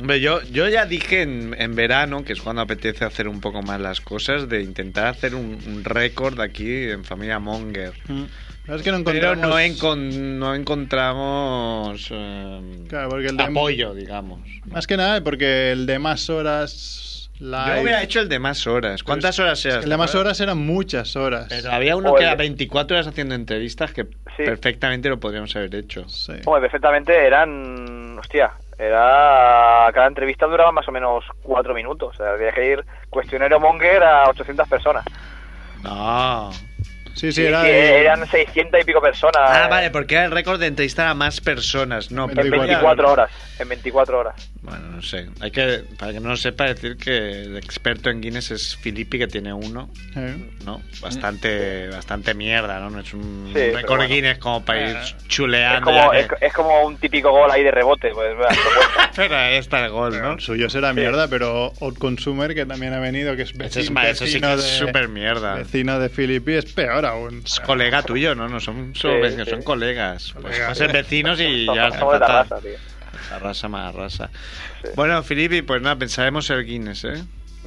Hombre, yo, yo ya dije en, en verano, que es cuando apetece hacer un poco más las cosas, de intentar hacer un, un récord aquí en familia Monger.
No, Es que no
Pero
encontramos...
no, encon- no encontramos eh,
Claro, porque el de-
apoyo, digamos.
Más que nada porque el de más horas... live-
Yo hubiera hecho el de más horas. ¿Cuántas horas eras?
Pues El de más horas eran muchas horas.
Pero había uno que era (laughs) 24 horas haciendo entrevistas que perfectamente lo podríamos haber hecho.
Hombre, perfectamente eran. Hostia, era. Cada entrevista duraba más o menos cuatro minutos. O sea, había que ir cuestionario Monger a 800 personas.
No.
Sí,
Y que Eran 600 y pico personas.
Ah,
eh,
vale, porque era el récord de entrevistar a más personas. No,
En 24 horas. En 24 horas.
Bueno, no sé. Hay que, para que no lo sepa, decir que el experto en Guinness es Filippi, que tiene uno,
Eh.
¿no? Bastante, bastante mierda, ¿no? No es un
Sí, pero
récord
bueno.
Guinness como para ir
Es
chuleando.
como,
ya ¿eh?
es,
que-
es como un típico gol ahí de rebote.
(laughs)
Pues, vea, lo cuento.
Pero ahí está este el gol, ¿no?
El suyo será mierda, pero Odd Consumer, que también ha venido, que es vecino,
Ese es ma- eso sí que
vecino
es
de-
súper mierda.
vecino de Filippi, es peor aún.
Es colega tuyo, ¿no? No son, son
Sí,
vecinos,
sí.
son colegas. Pues
Colega.
pueden ser vecinos y
Somos-
ya
somos de
fatal.
Tarrasa, tío.
Arrasa más arrasa. Bueno, Filippi, pues nada, pensaremos el Guinness, ¿eh?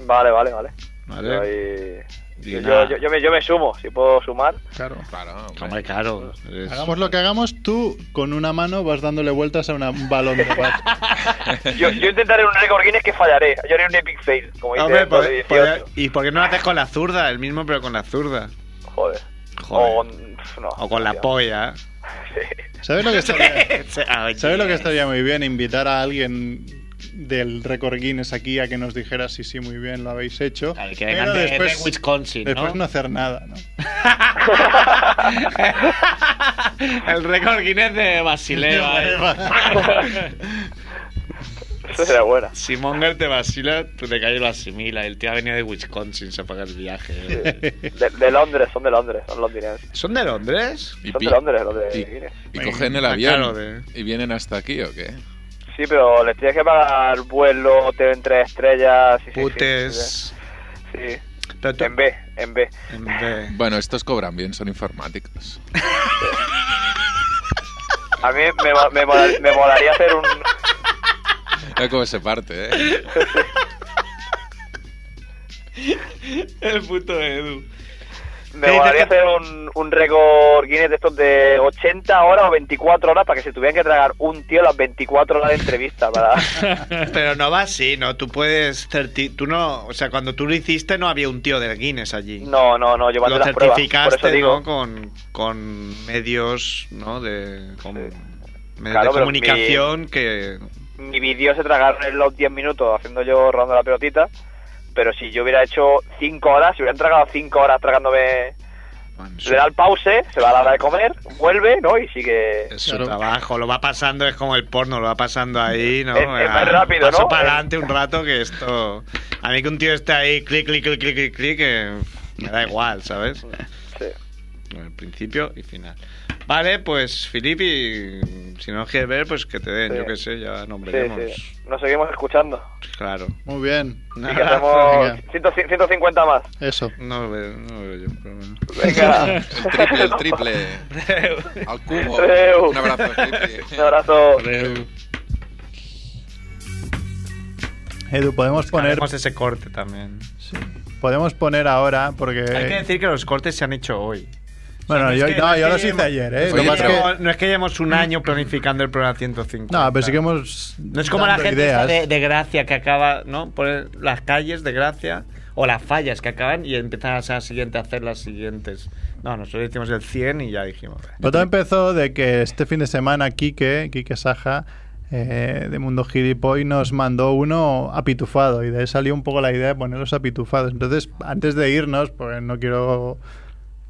Vale, vale, vale.
Vale.
Yo ahí-
Y
Yo,
nada.
yo- yo me, yo me sumo, si puedo sumar.
Claro.
Hombre, claro. es-
Hagamos lo que hagamos, tú con una mano vas dándole vueltas a una- un balón de
(laughs)
básquet.
Yo, yo intentaré un récord Guinness que fallaré. Yo haré un epic fail, como dice
Hombre,
el de
pod-
18.
pod- ¿y por qué no lo haces con la zurda? El mismo, pero con la zurda. (laughs)
Joder.
Joder.
O con- pf, no,
O con la
tío. (laughs)
polla.
¿Sabes lo que estaría?
Sí.
¿Sabes lo que estaría muy bien? Invitar a alguien del récord Guinness aquí a que nos dijera si sí, muy bien lo habéis hecho.
que vengan
pero
de- de Wisconsin, ¿no?
Después no hacer nada, ¿no?
El récord Guinness de (laughs) Basilea. ¿eh?
Eso será buena.
(laughs) Si Monger te vacila, tú te caes y lo asimila. El tío ha venido de Wisconsin, se paga el viaje.
De, de Londres, son de Londres, son londinenses.
¿Son
(laughs)
de Londres?
Y
Son
pi-
de Londres, los de
y-
Guinness.
Y
Venga,
cogen el
ah,
avión
claro, de-
y vienen hasta aquí, ¿o qué?
Sí, pero les tienes que pagar vuelo, hotel en tres estrellas. Sí, sí, sí,
Putes.
Sí. sí.
Pero tú-
En B, en B.
Hombre.
Bueno, estos cobran bien, son informáticos.
A mí me, mo- me, mola- me molaría hacer un.
Mira cómo se parte, ¿eh?
El puto Edu.
Me molaría hacer un, un récord Guinness de estos de 80 horas o 24 horas para que se tuvieran que tragar un tío las 24 horas de entrevista. Para...
Pero no va así, ¿no? Tú puedes. certi- Tú no. O sea, cuando tú lo hiciste, no había un tío del Guinness allí.
No, no, no, yo mandé
lo
las pruebas. Por
certificaste,
eso digo.
¿no? Con, con medios, ¿no? De, con medios
Claro,
de
pero
comunicación que.
mi vídeo se tragaron en los 10 minutos haciendo yo rodando la pelotita, pero si yo hubiera hecho 5 horas, si hubieran tragado 5 horas tragándome... Le da el pause, se va a la hora de comer, vuelve, ¿no? Y sigue...
Es su trabajo, lo va pasando, es como el porno, lo va pasando ahí, ¿no?
Es- es más
Ah,
rápido,
paso
¿no?
para
Es-
adelante un rato que esto. A mí que un tío esté ahí, clic, clic, clic, clic, clic, clic, que me da igual, ¿sabes?
Sí.
El principio y final. Vale, pues Filippi, si no nos quieres ver, pues que te den,
Sí.
yo qué sé, ya nombraremos.
Sí, sí. Nos seguimos
(laughs)
escuchando.
Claro.
Muy bien.
Y que hacemos 100
(laughs)
150 más.
Eso.
No lo veo, no lo veo yo, pero bueno.
Venga.
El triple, el triple. Al cubo.
Reu.
Un abrazo, Felipe.
(laughs) Un abrazo.
Edu, podemos poner,
Haremos ese corte también.
podemos poner ahora, porque...
Hay que decir que los cortes se han hecho hoy.
Eh. Bueno,
Es
yo,
que-
no,
es
yo
que
los hice
llevemos-
ayer, ¿eh?
No
Lo
es
más
que
que-
llevemos- No es que llevemos un año planificando el programa 150.
No, pero sí que hemos...
No es como la
dando
gente
ideas.
esta de, de Gracia que acaba, ¿no? Por el- las calles de Gracia o las fallas que acaban y empiezan a la semana siguiente a hacer las siguientes. No, nosotros hicimos el 100 y ya dijimos.
Todo empezó de que este fin de semana Quique, Quique Saja, eh, de Mundo Gilipoy, nos mandó uno apitufado y de ahí salió un poco la idea de ponerlos apitufados. Entonces, antes de irnos, pues no quiero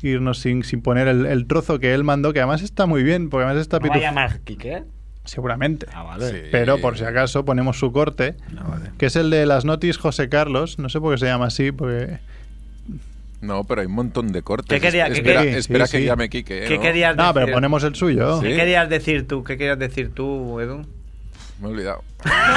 irnos sin, sin poner el, el trozo que él mandó, que además está muy bien, porque además está
¿No va a
apitufado.
llamar Quique?
Seguramente.
vale. Sí.
Pero por si acaso ponemos su corte, que es el de las notis José Carlos. No sé por qué se llama así, porque...
No, pero hay un montón de cortes.
¿Qué quería-
Es-
qué
espera
quería-
espera
sí,
que
sí.
llame Quique. ¿eh?
¿Qué
¿no?
querías
No, pero
decir?
ponemos el suyo.
¿Qué querías decir tú? ¿Qué querías decir tú, Edu?
Me he olvidado. (laughs)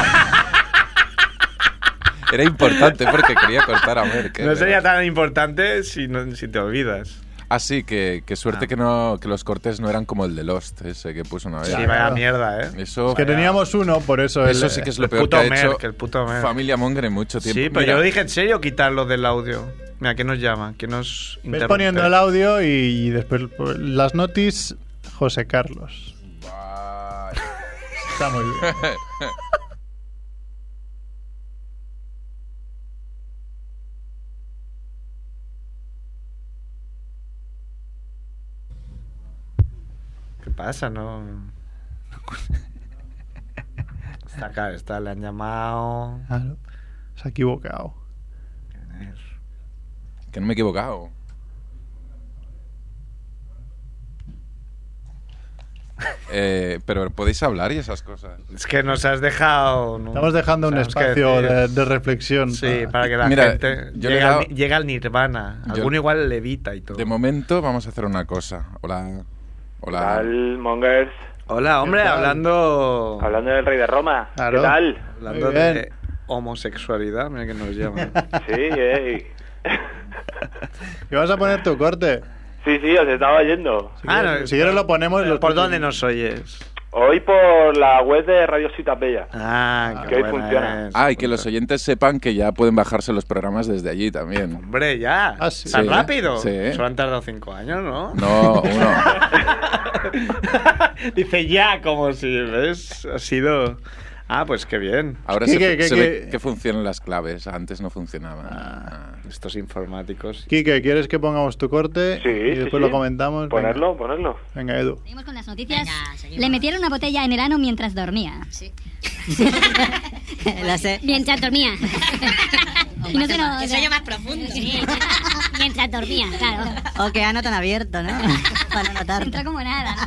Era importante porque
(laughs)
quería cortar a Merck. ¿eh?
No sería tan importante si, no- si te olvidas.
Ah, sí, que, que suerte
Ah.
que no que los cortes no eran como el de Lost, ese que puso una vez.
Sí, vaya mierda, ¿eh?
Eso,
Que teníamos uno, por eso...
eso
el-
sí que es lo
el
peor
puto
que ha hecho
Merck, el puto Merck.
Familia Monger en mucho tiempo.
Sí, pero
Mira,
yo dije en serio quitarlo del audio. Mira, ¿qué nos llama? ¿Qué nos
Ves
interrumpe?
poniendo el audio y, y después pues, las notis José Carlos. Está muy bien.
¿Qué pasa? No.
(laughs)
Está claro, está, le han llamado.
Ah, no. Se ha equivocado.
(laughs) Que no me he equivocado. Eh, pero podéis hablar y esas cosas.
Es que nos has dejado. ¿no?
Estamos dejando un
Sabemos qué
espacio
decir.
de, de reflexión.
Sí, para que la
Mira,
gente
yo le he
llega, al,
dado-
ni- llega al nirvana.
Yo-
Alguno igual levita y todo.
De momento vamos a hacer una cosa. Hola. Hola.
Mongers?
Hola, hombre,
¿Qué tal?
hablando.
Hablando del rey de Roma.
Claro.
¿Qué tal?
Hablando de homosexualidad, mira
(laughs)
que nos llaman.
Sí, eh.
¿Qué vas a poner tu corte?
sí, sí, os estaba oyendo.
Si
Ah,
quieres, si quieres lo ponemos... Lo
¿Por dónde nos oyes?
Hoy por la web de Radio Ciudad Bella.
Ah,
que hoy funciona.
Ah, y que los oyentes sepan que ya pueden bajarse los programas desde allí también.
Hombre, ya.
Ah,
sí.
¿Tan
Sí,
rápido?
sí.
Solo han tardado cinco años, ¿no? (laughs)
No, uno.
Dice ya, como si, ¿ves? Ha sido... Ah, pues qué bien.
Ahora se, se ve que funcionan las claves. Antes no funcionaban.
Ah, Estos informáticos.
Quique, ¿quieres que pongamos tu corte?
Sí,
y
sí,
después
sí.
lo comentamos.
Ponerlo,
ponerlo.
Venga, Edu.
Seguimos con las noticias. Le metieron una botella en el ano mientras dormía. Sí. (laughs)
Lo sé.
Mientras dormía.
Y
Y no se lo-
Que soy yo más profundo.
(laughs)
Mientras dormía, claro.
O que ano tan abierto,
(laughs)
¿no? Para no notar.
Entró como nada. ¿no?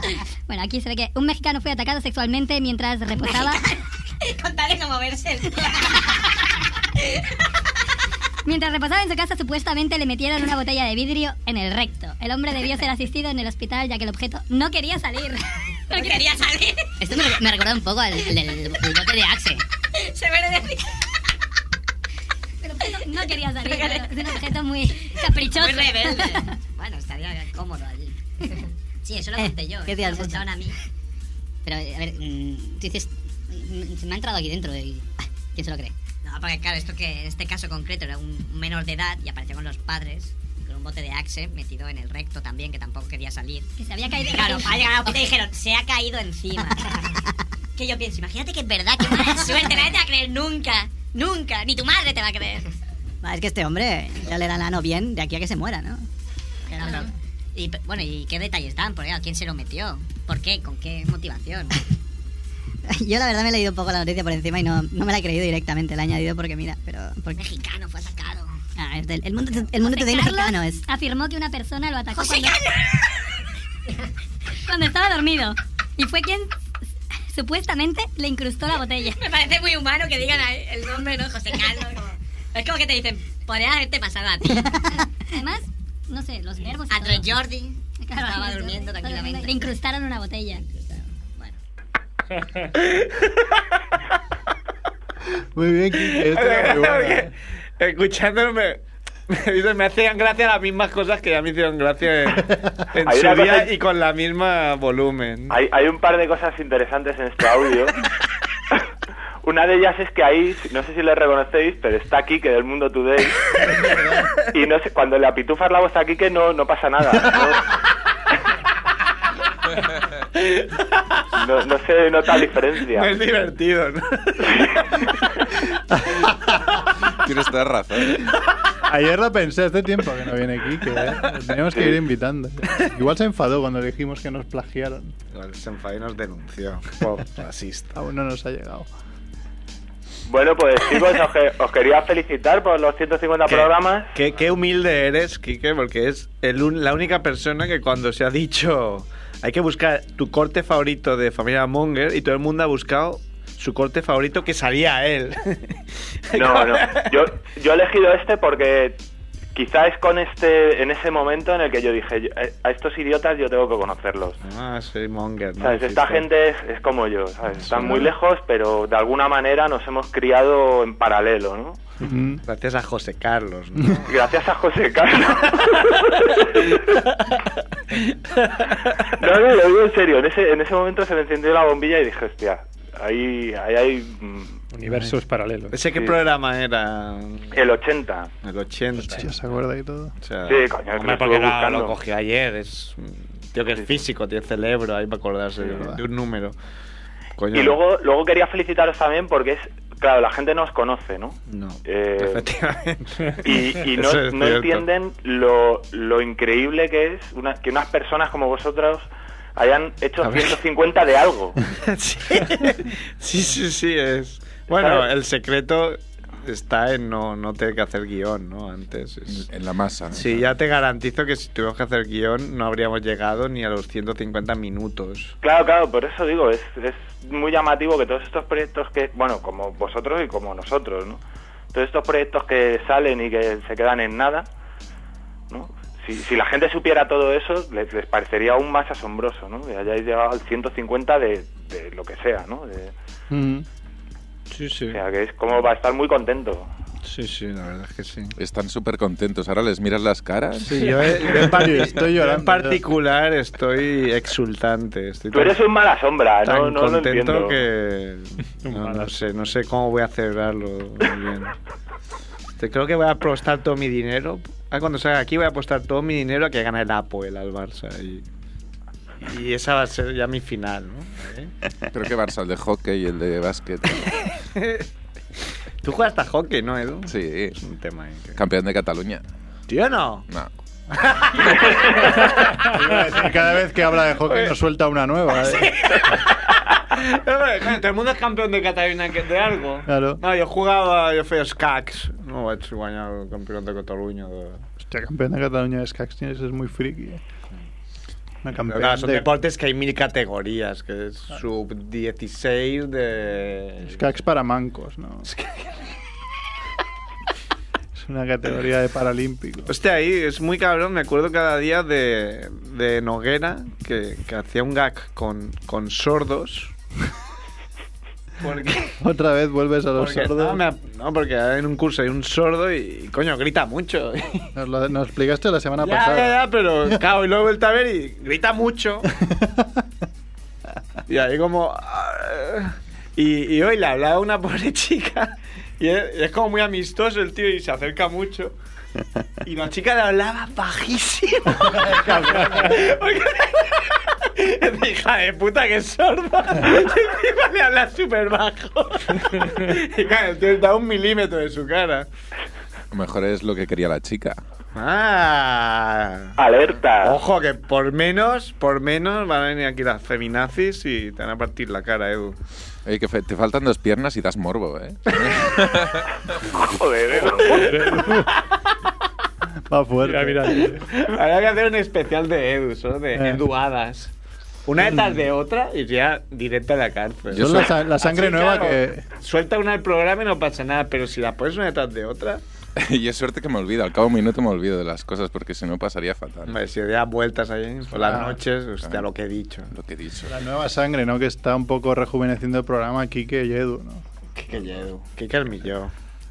Bueno, aquí se ve que un mexicano fue atacado sexualmente mientras reposaba.
Contaré cómo verse
(laughs)
el
Mientras reposaba en su casa, supuestamente le metieron una botella de vidrio en el recto. El hombre debió ser asistido en el hospital ya que el objeto no quería salir.
No quería salir.
Esto me, recuerda un poco al del bote de Axe.
Se me de
El objeto no quería salir. claro. Es un objeto muy caprichoso.
Muy rebelde. (laughs) Bueno, estaría cómodo
(laughs)
allí. Sí, eso lo conté yo.
¿Qué
¿eh?
te has
Me
puesto?
echaban a mí.
Pero, a ver, mm, tú dices, mm, se me ha entrado aquí dentro y ah, ¿quién se lo cree?
No, porque claro, esto que en este caso concreto era un menor de edad y apareció con los padres con un bote de axe metido en el recto también, que tampoco quería salir.
Que se había caído.
Claro, ha llegado a la puerta y dijeron, se ha caído
(laughs)
encima. que yo pienso, imagínate que es verdad, que mala suerte, nadie te va a creer nunca, nunca, ni tu madre te va a creer.
Es que este hombre ya le dan la no bien de aquí a que se muera, ¿no? (laughs)
Claro. Y pe- bueno, ¿y qué detalles dan? Por ahí? ¿A quién se lo metió? ¿Por qué? ¿Con qué motivación?
Yo la verdad me he leído un poco la noticia por encima y no, no me la he creído directamente, la he añadido porque mira, pero... Porque...
Mexicano fue atacado.
Ah, es del- el mundo, el mundo today mexicano es... afirmó que una persona lo atacó cuando... (laughs) cuando estaba dormido. Y fue quien supuestamente le incrustó la botella.
(laughs) Me parece muy humano que digan ahí el nombre, ¿no? José Carlos. como- Es como que te dicen, podrías haberte pasado a ti.
Además, no sé, los verbos... y
Andrew
todo.
Jordi
Claro,
estaba
Andrew
durmiendo
Jordi,
tranquilamente.
Le incrustaron una (laughs) botella.
Muy bien, Quique. Esto
(laughs)
era muy bueno, ¿eh?
Escuchándome... me dicen, Me hacían gracia las mismas cosas que ya me hicieron gracia (laughs) en, en
Hay
su
una cosa
día
en-
y con la misma volumen.
Hay, hay un par de cosas interesantes en este audio. Una de ellas es que ahí, no sé si le reconocéis, pero está Kike del Mundo Today. y no sé, cuando le apitufas la voz a Kike no, no pasa nada. No, no, no se nota la diferencia.
No es divertido, ¿no?
(laughs) Tienes toda razón.
Ayer lo pensé, hace tiempo que no viene Kike, ¿eh? Lo Teníamos que ir invitando. Igual se enfadó cuando le dijimos que nos
(laughs)
plagiaron.
Se enfadó y nos denunció por racista.
(laughs) Aún no nos ha llegado.
Este Bueno, pues chicos, os, que- os quería felicitar por los 150
¿Qué?
programas.
Qué, qué humilde eres, Quique, porque es el un- la única persona que cuando se ha dicho hay que buscar tu corte favorito de Familia Monger y todo el mundo ha buscado su corte favorito que salía a él. (laughs)
No, no. Yo, yo he elegido este porque quizá es con este, en ese momento en el que yo dije, yo- eh, a estos idiotas yo tengo que conocerlos.
Ah, soy Monger, ¿no?
¿Sabes? Esta
Sí,
gente es, es como yo, ¿sabes? Están
Sí.
muy lejos, pero de alguna manera nos hemos criado en paralelo, ¿no?
sí. Gracias a José Carlos, ¿no?
(laughs) Gracias a José Carlos. No, no, lo digo en serio. En ese, en ese momento se me encendió la bombilla y dije, hostia, ahí, ahí hay... mm,
Universos paralelos.
¿Ese qué
Sí.
programa era?
El 80.
El 80.
Ya se acuerda y todo.
O sea,
Sí, coño, que
hombre,
lo
porque
estuve
era-
buscando.
lo cogí ayer. Es un tío que es físico, tiene cerebro, ahí para acordarse de, de un número. Coño,
Y luego, luego quería felicitaros también porque es... Claro, la gente nos conoce, ¿no?
No.
Eh,
Efectivamente. (laughs)
Y, y no,
Eso es
no
cierto.
entienden lo, lo increíble que es una- que unas personas como vosotros hayan hecho
A ver.
150
(laughs)
de algo.
Sí, sí, sí, es. Bueno,
¿Sabes?
el secreto está en no, no tener que hacer guión, ¿no? Antes. es-
En la masa. ¿no?
Sí, ya te garantizo que si tuviéramos que hacer guión no habríamos llegado ni a los 150 minutos.
Claro, claro, por eso digo, es, es muy llamativo que todos estos proyectos que, bueno, como vosotros y como nosotros, ¿no? Todos estos proyectos que salen y que se quedan en nada, ¿no? Si, si la gente supiera todo eso, les, les parecería aún más asombroso, ¿no? Que hayáis llegado al 150 de, de lo que sea, ¿no? De-
Mm.
Sí, sí.
O sea, que es como va a estar muy contento.
Sí, sí, la verdad es que sí.
Están súper contentos. Ahora les miras las caras.
Sí, yo, he- yo
(laughs)
en, parti- yo en particular estoy exultante. Estoy
Tú eres un mala sombra,
tan
no, no lo
contento
entiendo.
(laughs) que no, no sé, no sé cómo voy a celebrarlo muy bien. Este, Creo que voy a apostar todo mi dinero. Ah, cuando salga aquí voy a apostar todo mi dinero a que gane el Apoel al Barça. Y, y esa va a ser ya mi final, ¿no? ¿Eh?
Creo que Barça, el de hockey y el de básquet.
Tú juegas a hockey, ¿no, Edu?
Sí. Es
un tema ahí que-
Campeón de Cataluña.
¿Tío no?
No.
Y cada vez que habla de hockey nos suelta una
(laughs)
nueva. ¿eh?
Todo el mundo es campeón de Cataluña de algo.
Claro.
No, yo jugaba, yo fui a Skax. No vaig guanyar el campeón de Cataluña. De...
Hostia, campeón de Cataluña de Skax tienes, es muy friki. ¿eh? Una
Pero
campeona
claro, son
de
deportes que hay mil categorías, que es sub 16 de...
Skax para mancos, ¿no? (laughs) Es una categoría de paralímpico.
Hostia, ahí es muy cabrón, me acuerdo cada día de, de Noguera, que, que hacía un gag con, con sordos. Porque...
Otra vez vuelves a los
Porque
sordos.
estaba- Ah, me- no, porque en un curso hay un sordo y, y, coño, grita
(laughs)
mucho.
Nos lo nos explicaste la semana
ya,
pasada.
ya, ya, pero claro, y luego he vuelto a ver y grita
(laughs)
mucho. y ahí como... ah, Y, y hoy le hablaba a una pobre (laughs) chica y es, y es como muy amistoso el tío y se acerca mucho. Y la chica le hablaba (laughs) bajísimo. Porque- Es de Hija de puta que es sorda. (laughs) Y encima le habla súper bajo. (laughs) Y claro, el tío está a un milímetro de su cara.
A lo mejor es lo que quería la chica.
Ah.
Alerta.
Ojo, que por menos, por menos van a venir aquí las feminazis y te van a partir la cara, Edu.
Oye, que fe- te faltan dos piernas y das morbo, ¿eh? (laughs)
(laughs)
Joder, ¿eh?
Va fuerte.
Habrá que hacer un especial de Edu, solo de
Eh.
Eduadas. Una detrás de otra y ya directa a la cárcel.
Yo Son la sa- la sangre nueva que-
Suelta una al programa y no pasa nada, pero si la pones una detrás de otra.
y es suerte que me olvido. Al cabo de un minuto me olvido de las cosas porque si no pasaría fatal.
Hombre, si das vueltas ahí por las
Ah.
noches, hostia, lo que he dicho.
Lo que he dicho.
La nueva sangre, ¿no? Que está un poco rejuveneciendo el programa Kike y Edu, ¿no?
Kike y Edu. Kike Armillo.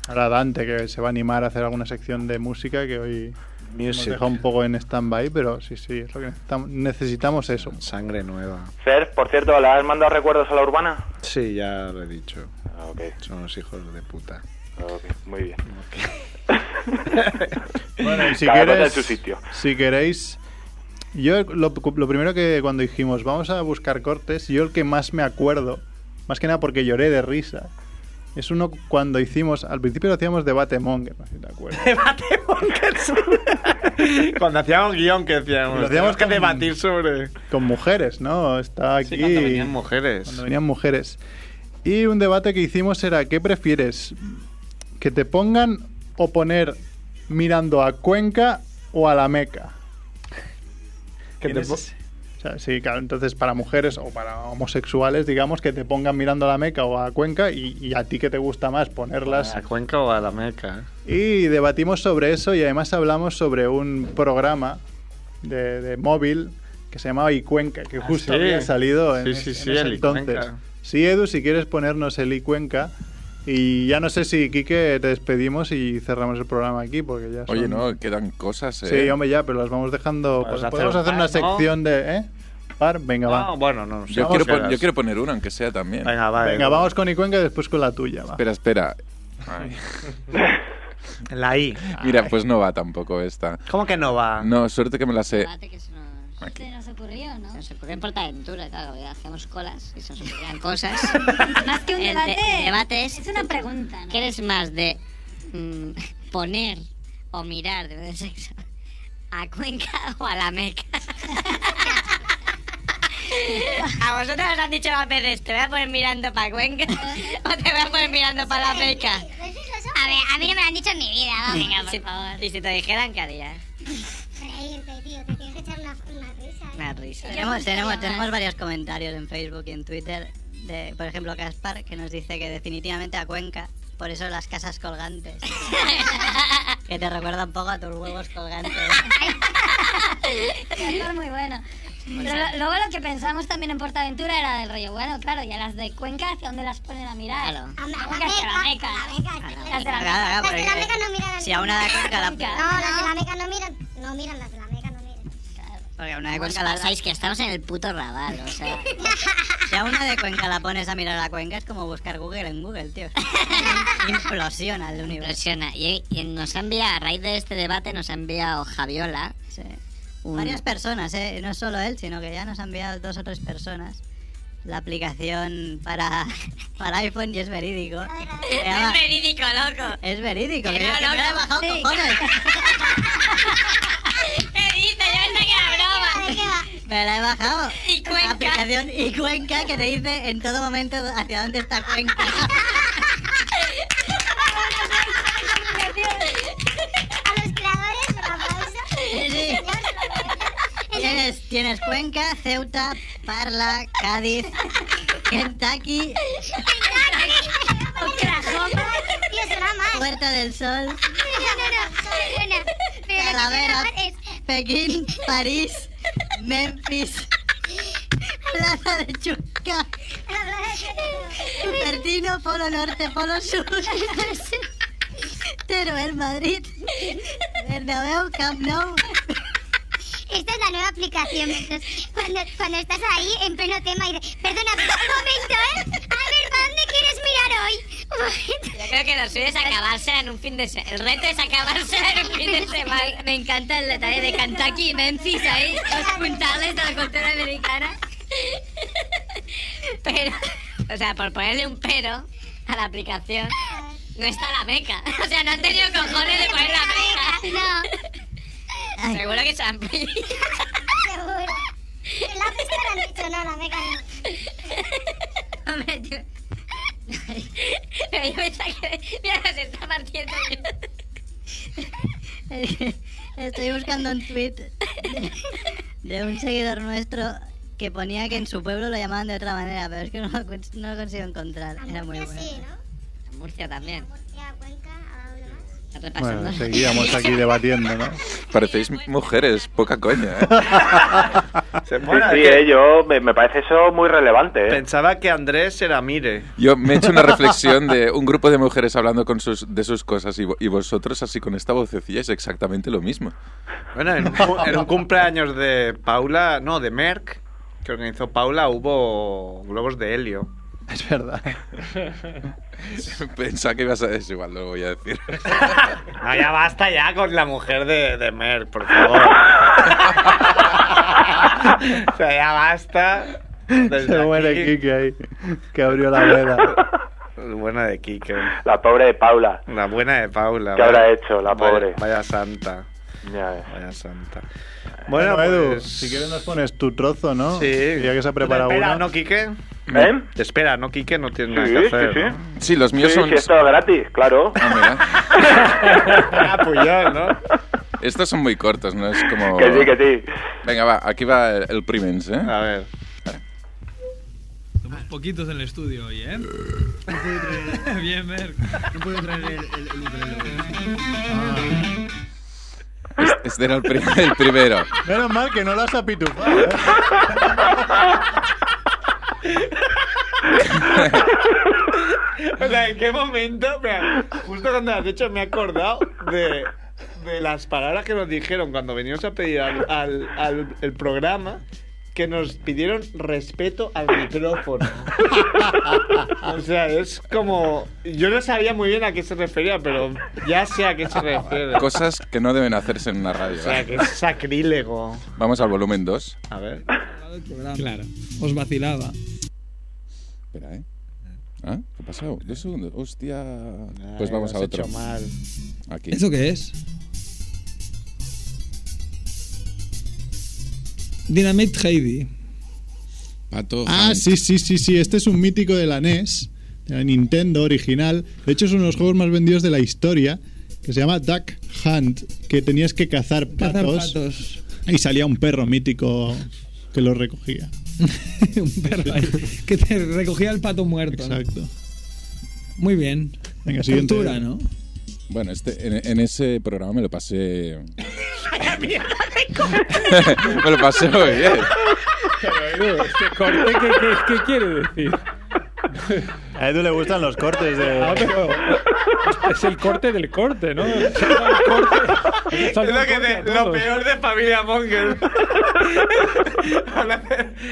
Ahora Dante, que se va a animar a hacer alguna sección de música que hoy hemos
Music.
dejado un poco en stand-by, pero sí, sí, es lo que necesitamos, necesitamos eso.
Sangre nueva.
Fer, por cierto, ¿le has mandado recuerdos a la urbana?
Sí, ya lo he dicho.
Ah, ok.
Son los hijos de puta.
Ok, muy bien.
Bueno, y si
Cada cosa
quieres-
en su sitio.
Si queréis, yo lo, lo primero que cuando dijimos vamos a buscar cortes, yo el que más me acuerdo, más que nada porque lloré de risa, Es uno cuando hicimos, al principio lo hacíamos debate monger, no sé si te acuerdas.
(laughs) Cuando hacíamos guión que decíamos,
Lo hacíamos
teníamos que
con-
debatir sobre...
Con mujeres, ¿no? Está aquí.
cuando venían mujeres.
Cuando venían mujeres. Y un debate que hicimos era, ¿qué prefieres? ¿Que te pongan o poner mirando a Cuenca o a
(laughs)
la Meca?
Que te
¿Tienes ese? O sea, sí, claro, entonces para mujeres o para homosexuales, digamos, que te pongan mirando a la Meca o a Cuenca y, y a ti que te gusta más ponerlas
¿A Cuenca o a la Meca?
y debatimos sobre eso y además hablamos sobre un programa de, de móvil que se llamaba iCuenca, que justo
sí.
había salido en,
Sí,
es-
sí,
en
sí,
ese
el
entonces.
iCuenca.
Sí, Edu, si quieres ponernos el iCuenca. Y ya no sé si, Quique, te despedimos y cerramos el programa aquí porque ya
Oye,
son-
no, quedan cosas. eh.
Sí, hombre, ya, pero las vamos dejando...
Podemos
pod-
hacer
Podemos
un
hacer una
par, ¿no?
sección de... ¿eh? Par, venga, va.
No, bueno,
no.
Yo quiero, pon- yo quiero poner una, aunque sea también. Venga, va.
eh.
Venga, vamos con iCuenca y después con la
(laughs)
tuya, va.
Espera, espera.
(laughs) La I.
Mira, pues no va tampoco esta.
¿Cómo que no va?
No, suerte que me la sé.
Se nos ocurrió, ¿no? Se nos ocurrió en Portaventura, claro, que hacíamos colas y se nos (laughs) ocurrían cosas.
Más que un
El de-
debate.
el debate es...
una pregunta.
¿Qué eres más de mm, (laughs) poner o mirar de sexo? ¿A Cuenca o a la (laughs) Meca? A vosotros os han dicho las veces, te voy a poner mirando para Cuenca (laughs) o te voy a poner mirando para la Meca.
A ver, a mí no me lo han dicho en mi vida, vamos.
Venga, por favor. Y si te dijeran, ¿qué harías?
Reírte, tío, te tienes que echar una, risa. eh.
Una risa. Tenemos, tenemos, tenemos varios comentarios en Facebook y en Twitter. De, por ejemplo, Caspar, que nos dice que definitivamente a Cuenca. Por eso las
(laughs)
casas colgantes. que te recuerda un poco a tus huevos
(laughs)
colgantes.
Actor muy bueno. Pero lo- luego lo que pensamos también en Portaventura era del rollo, bueno, claro, y a las de Cuenca, ¿hacia dónde las ponen a mirar?
Claro.
A la Meca. Las de la Meca.
Claro, claro,
Las de la
porque
Meca no miran.
Si a una de Cuenca la...
No, las de la Meca no miran. No miran las de la Meca, no miran.
Porque a una de Cuenca la... Sabéis que estamos en el puto (laughs) rabal, o sea...
(laughs)
Si a una de Cuenca la pones a mirar a Cuenca es como buscar Google en Google,
(laughs)
tío. Implosiona el universo.
Impresiona. Y, y nos ha enviado, a raíz de este debate, nos ha enviado Javiola. un-
Varias personas, ¿eh? no solo él, sino que ya nos han enviado dos o tres personas la aplicación para, (laughs) para iPhone y es verídico. Se
(laughs)
llama-
verídico, loco.
es verídico, que
Que
yo
no,
que me
loco.
la he bajado,
Sí.
cojones.
¿Qué dices? Yo pensé que era
(laughs)
broma.
Me la he bajado.
Y
La
Cuenca.
aplicación y Cuenca que te dice en todo momento hacia dónde está Cuenca.
A los creadores, un aplauso.
Sí, sí. Tienes, tienes Cuenca, Ceuta, Parla, Cádiz, Kentucky,
Oklahoma. Tío, suena mal.
Puerta del Sol,
No, no, no, suena. Pero lo que
Talavera,
suena mal es...
Pekín, París, Memphis, Plaza de Chuca, Cupertino, Polo Norte, Polo Sur, Teruel, Madrid, Bernabéu, Camp Nou.
Esta es la nueva aplicación. entonces, Cuando, cuando estás ahí en pleno tema y dices, perdona, un momento, ¿eh? A ver, ¿para dónde quieres mirar hoy? Un momento.
Yo creo que lo suyo es acabársela en un fin de semana. El reto es acabársela en un fin (laughs) de semana.
Me encanta el detalle de Kentucky y Memphis
(laughs)
ahí, los puntales de la cultura americana.
Pero, o sea, por ponerle un pero a la aplicación, no está la meca. O sea, no han tenido cojones de poner la meca.
No,
Seguro que se han pillado.
seguro. En la pista le han dicho, no, la meca no.
Hombre, yo... Pero yo pensaba que... Mira, se está partiendo.
Estoy buscando un tweet de un seguidor nuestro que ponía que en su pueblo lo llamaban de otra manera, pero es que no lo, cons- no lo consigo encontrar. Era muy bueno.
Sí, ¿no?
En Murcia también.
Murcia, Cuenca, ¿a dónde más?
Bueno, seguíamos aquí debatiendo, ¿no?
Parecéis mujeres, poca coña, ¿eh?
Bueno,
sí,
es que-
eh, yo me, me parece eso muy relevante. ¿eh?
Pensaba que Andrés era Mire.
Yo me he hecho una reflexión de un grupo de mujeres hablando con sus, de sus cosas y, vo- y vosotros así con esta vocecilla es exactamente lo mismo.
Bueno, en, un cu- en un cumpleaños de Paula, no, de Merck, que organizó Paula, hubo globos de helio.
Es verdad.
(laughs) Pensaba que ibas a... Es igual, lo voy a decir.
(laughs) No, ya basta ya con la mujer de, de Merck, por favor. (laughs) o
(laughs)
sea, ya basta. Desde
Se muere
aquí.
Quique ahí, que abrió la veda.
buena de Kike.
La pobre de Paula.
La buena de Paula.
¿Qué
vaya-
habrá hecho la
vaya-
pobre?
Vaya santa.
Ya ves.
Vaya santa.
(laughs) Bueno,
Bueno,
Edu,
pues-
si quieres nos pones tu trozo, ¿no?
Sí.
Y Ya que se ha preparado
Espera,
uno.
¿no, Quique?
¿Eh?
Te espera, ¿no, Quique? No tiene
Sí,
nada que hacer.
sí, sí.
¿no?
Sí, los míos
Sí,
son. Ah,
sí, esto es gratis, claro.
Apoyar, Ah, pues ¿no?
Estos son muy cortos, ¿no? Es como.
Que sí, que sí.
Venga, va, aquí va el, el primens, ¿eh? A
ver.
Somos poquitos en el estudio hoy, ¿eh? (laughs) Bien, Merck. No puedo traer el,
Este era el, pri- el primero.
Menos mal que no lo has apitufado. ¿eh?
O sea, ¿en qué momento? Mira, justo cuando has hecho me he acordado de, de las palabras que nos dijeron cuando venimos a pedir al, al- al- el programa que nos pidieron respeto al micrófono. (laughs) o sea, es como... Yo no sabía muy bien a qué se refería, pero ya sé a qué se refiere.
Cosas que no deben hacerse en una radio.
O sea,
¿vale?
que es sacrílego.
Vamos al volumen 2.
A ver.
Claro. Os vacilaba.
Espera, ¿eh? ¿Ah? ¿Qué ha pasado? Dos segundos. Hostia. Pues vamos
lo
a
has
otro.
hecho mal.
Aquí.
¿Eso qué es? Dynamite Heidi.
Pato.
Ah, sí, sí, sí, sí. Este es un mítico de la NES, de la Nintendo original. De hecho, es uno de los juegos más vendidos de la historia, que se llama Duck Hunt, que tenías que cazar
Cazar
patos. Y salía un perro mítico que lo recogía.
Un perro ahí, que te recogía el pato muerto. ¿no?
Exacto.
Muy bien.
Venga, siguiente.
Tortura, ¿no?
Bueno, este, en, en ese programa me lo pasé. me lo pasé muy bien.
este corte, ¿qué, qué, quiere decir?
A Edu le gustan los cortes de.
Es el corte del corte, ¿no? El corte.
Es lo, que te- lo peor de Familia Monger.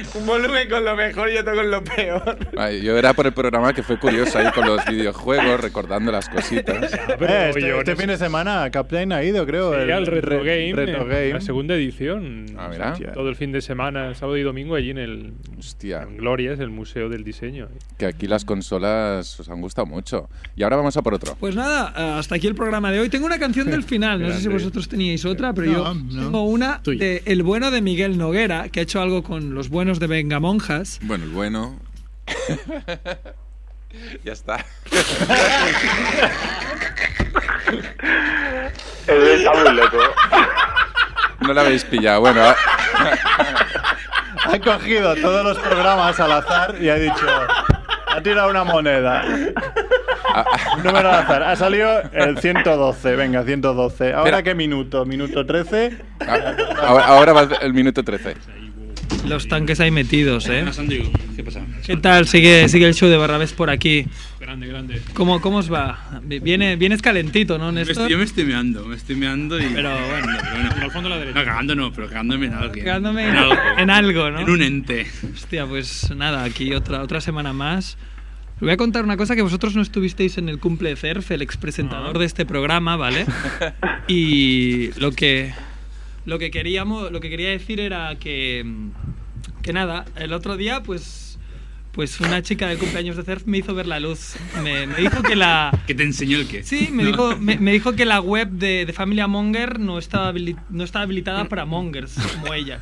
(laughs) un volumen con lo mejor y otro con lo peor.
Ay, Yo era por el programa que fue curioso ahí con los videojuegos, recordando las cositas.
Eh, este este fin de semana Captain ha ido, creo.
Sí, al Retro
re-
Game,
Retro
eh,
Game.
la segunda edición.
Ah, mira. Hostia.
Todo el fin de semana, sábado y domingo, allí en el en Glorias, el Museo del Diseño.
Que aquí las consolas os han gustado mucho. Y ahora vamos a por otro.
Pues nada, eh, hasta aquí el programa de hoy. Tengo una canción del final, no sé si
Grande.
vosotros teníais otra, pero
No,
yo
no.
tengo una de El bueno de Miguel Noguera, que ha hecho algo con los buenos de Vengamonjas.
Bueno, el bueno. (laughs) ya (laughs) está.
Edu está muy loco.
No la habéis pillado. Bueno, a-
Ha cogido todos los programas al azar y ha dicho. Ha tirado una moneda. Un número al azar. Ha salido el 112. Venga, 112. ¿Ahora qué minuto? ¿Minuto 13?
ahora, ahora va el minuto 13.
Los tanques ahí metidos, ¿eh?
¿Qué pasa?
¿Qué tal? Sigue, sigue el show de Barrabés por aquí.
Grande, grande.
¿Cómo, cómo os va? Viene, vienes calentito, ¿no,
Me
Néstor?
estoy- yo me estoy meando, me estoy meando y. (laughs) Pero bueno,
al fondo la derecha.
No, cagando no, pero
(laughs)
cagándome en alguien.
Cagándome
en algo.
en algo, ¿no?
En un ente.
Hostia, pues nada, aquí otra, otra semana más. Os voy a contar una cosa que vosotros no estuvisteis en el cumple de CERF, el
Ah.
expresentador de este programa, ¿vale? (laughs) y lo que, lo que queríamos, lo que quería decir era que, mm, que nada, el otro día, pues, pues una chica del cumpleaños de CERF me hizo ver la luz. Me, me dijo que la,
Que te enseñó el qué.
Sí, me,
No.
dijo, me, me dijo que la web de, de Familia Monger no estaba, habili- no estaba habilitada para mongers como ella.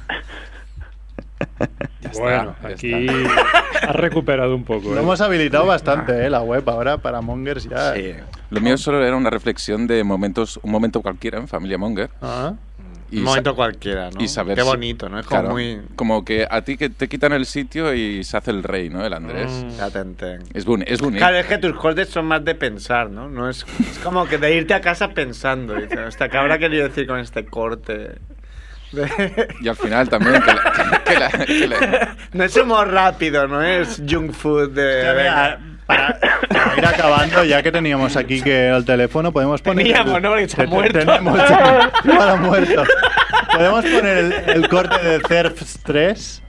bueno, aquí (laughs) has recuperado un poco.
Lo
¿eh?
hemos habilitado bastante, ¿eh? La web ahora para Mongers ya. Sí.
Lo mío solo era una reflexión de momentos, un momento cualquiera en Familia Monger.
Un
sa-
momento cualquiera, ¿no?
Y saber
Qué
si-
bonito, ¿no? Es como
Claro,
muy...
como que a ti que te quitan el sitio y se hace el rey, ¿no? El Andrés.
Mm. Ya te entiendo.
Es, boni- es (laughs) bonito.
Claro, es que tus cortes son más de pensar, ¿no? no es, es como que de irte a casa pensando. dices, Hasta que habrá querido decir con este corte.
Y al final también. que la- que la- que la-
(laughs) No es humor rápido, no es junk food de...
Ya, mira, Para ir acabando, ya que teníamos aquí que al teléfono, podemos poner.
Teníamos, ¿no? Porque está
Te- te-
muerto.
Tenemos, ya-
(laughs)
ya lo han muerto. Podemos poner el, el corte de Cerfs 3.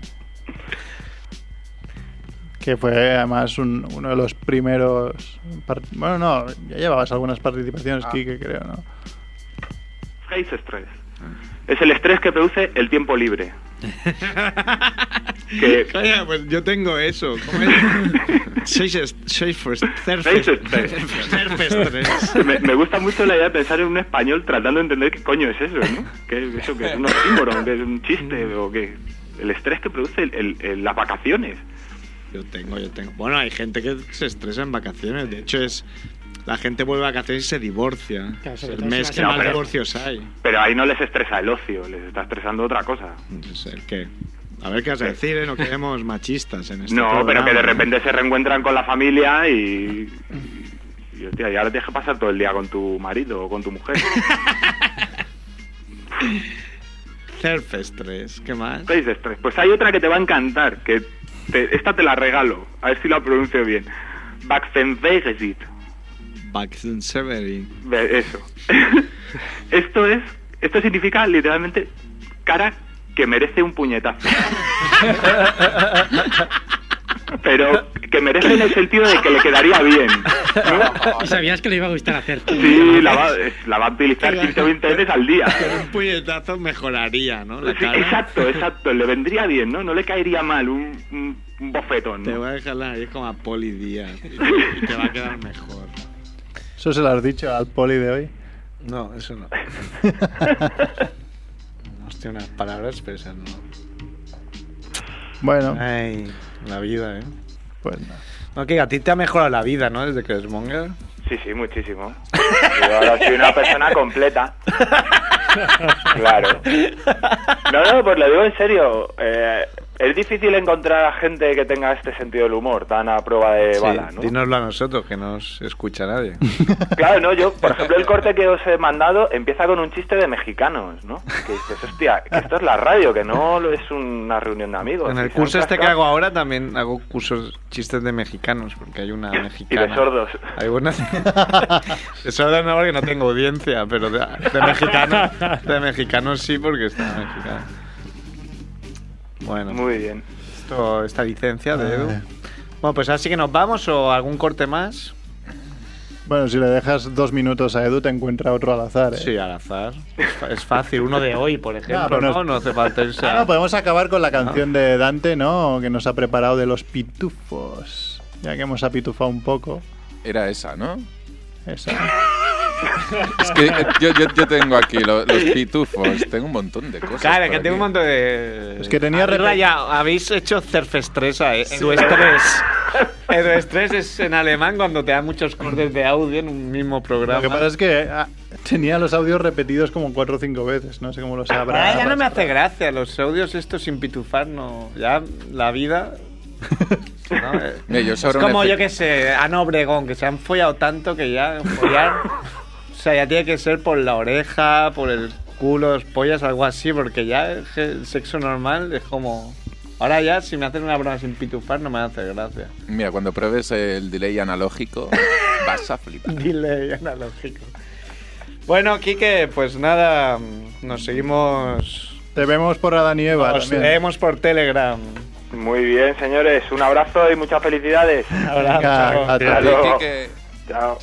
Que fue además un- uno de los primeros. par- Bueno, no, ya llevabas algunas participaciones,
Ah.
Kike, creo, ¿no?
(laughs)
Face stress. Es el estrés que produce el tiempo libre. que
Calla, pues yo tengo eso. ¿Cómo es? sois es- sois first-
Sois
surfers.
surfers. (laughs)
Surfers.
me, me gusta mucho la idea de pensar en un español tratando de entender qué coño es eso, ¿no? ¿Qué, ¿Eso que es un oxímoron, que es un chiste o qué? El estrés que produce el- el- el- las vacaciones.
Yo tengo, yo tengo. Bueno, hay gente que se estresa en vacaciones. De hecho, es. La gente vuelve a vacaciones y se divorcia.
Claro,
Es
sobre
el
todo
mes
si
que
no,
más
pero-
divorcios hay.
Pero ahí no les estresa el ocio, les está estresando otra cosa.
Es el que. A ver qué vas a decir, ¿eh? No
(laughs)
queremos machistas en este
No, pero que de
programa.
repente se reencuentran con la familia y. Y, hostia, y ahora tienes que pasar todo el día con tu marido o con
(laughs)
tu mujer.
Surfers 3, ¿qué más?
Seis de estrés. Pues hay otra que te va a encantar, que te- esta te la regalo, a ver si la pronuncio bien. Baxenvegesit.
Back in Severin.
Ve- Eso. (laughs) esto es, esto significa literalmente cara que merece un puñetazo. Pero que merece en el sentido de que le quedaría bien.
Y (laughs) sabías que le iba a gustar hacer.
Sí, la va, es- la va a utilizar 15 o 20 veces al (laughs) día.
Un puñetazo mejoraría, ¿no? La
Sí,
cara.
exacto, exacto, le vendría bien, ¿no? No le caería mal un, un- un bofetón.
Te
¿no?
voy a dejar la nariz como a Poli Díaz y te-
(laughs)
y te va a quedar mejor.
¿Eso se lo has dicho al poli de hoy?
No, eso (laughs) no. Hostia, unas palabras, pero esas no.
Bueno.
Ay, la vida, ¿eh?
Pues
no. que a ti te ha mejorado la vida, ¿no? Desde que eres monger.
Sí, sí, muchísimo. Yo ahora soy una persona completa. Claro. No, no, pues lo digo en serio. eh, es difícil encontrar a gente que tenga este sentido del humor tan a prueba de
Sí,
Eh, bala, ¿no?
Dínoslo a nosotros, que no os escucha
(laughs)
nadie.
Claro, no, yo, por ejemplo, el corte que os he mandado empieza con un chiste de mexicanos, ¿no? Que dices, hostia, que esto es la radio, que no lo es una reunión de amigos.
en
Y
el
se
curso
han
este que
cascado.
hago ahora también hago cursos chistes de mexicanos, porque hay una mexicana.
sordos.
Hay una... de sordos no, porque no tengo audiencia, pero de, de mexicanos de mexicanos sí, porque está mexicano. Bueno.
Muy bien.
Esto, esta licencia de Edu.
Ay.
Bueno, pues así que nos vamos o algún corte más.
Bueno, si le dejas dos minutos a Edu, te encuentra otro al azar. ¿eh?
Sí, al azar. Es, fa- es fácil. Uno de hoy, por ejemplo,
pero no
¿no?
es-
No, hace falta irse
Ah,
a-
no, podemos acabar con la canción
Ah.
de Dante, ¿no? Que nos ha preparado de los pitufos. Ya que hemos apitufado un poco.
Era esa, ¿no?
Esa.
Es que eh, yo, yo, yo tengo aquí lo- los pitufos, tengo un montón de cosas.
Claro,
por
que tengo un
aquí.
montón de.
Es que tenía
Habéis
rep-
rayado, Ah, habéis hecho Surfestresa, eh. Edu Estrés. Edu Estrés es (laughs) en alemán cuando te da muchos cortes de audio en un mismo programa.
Lo que pasa es que eh, ah, tenía los audios repetidos como cuatro o cinco veces. No sé cómo los habrá.
Ah, ya no me hace gracia, los audios estos sin pitufar, no. Ya
(laughs)
la vida. ¿no? Eh,
Mira, yo
es
sobre un
como
efe-
yo que sé, Ana Obregón, que se han follado tanto que ya follar. o sea, ya tiene que ser por la oreja, por el culo, dos pollas, algo así, porque ya el ge- el sexo normal es como. Ahora ya, si me hacen una broma sin pitufar, no me hace gracia.
Mira, cuando pruebes el delay analógico, vas a flipar.
(laughs) Dile analógico. Bueno, Quique, pues nada, mm, nos seguimos.
Te vemos por Adán y Eva.
Nos
también.
leemos por Telegram.
Muy bien, señores, un abrazo y muchas felicidades.
Abrazo.
Hasta
Venga, a ti.
luego.
Quique.
Chao.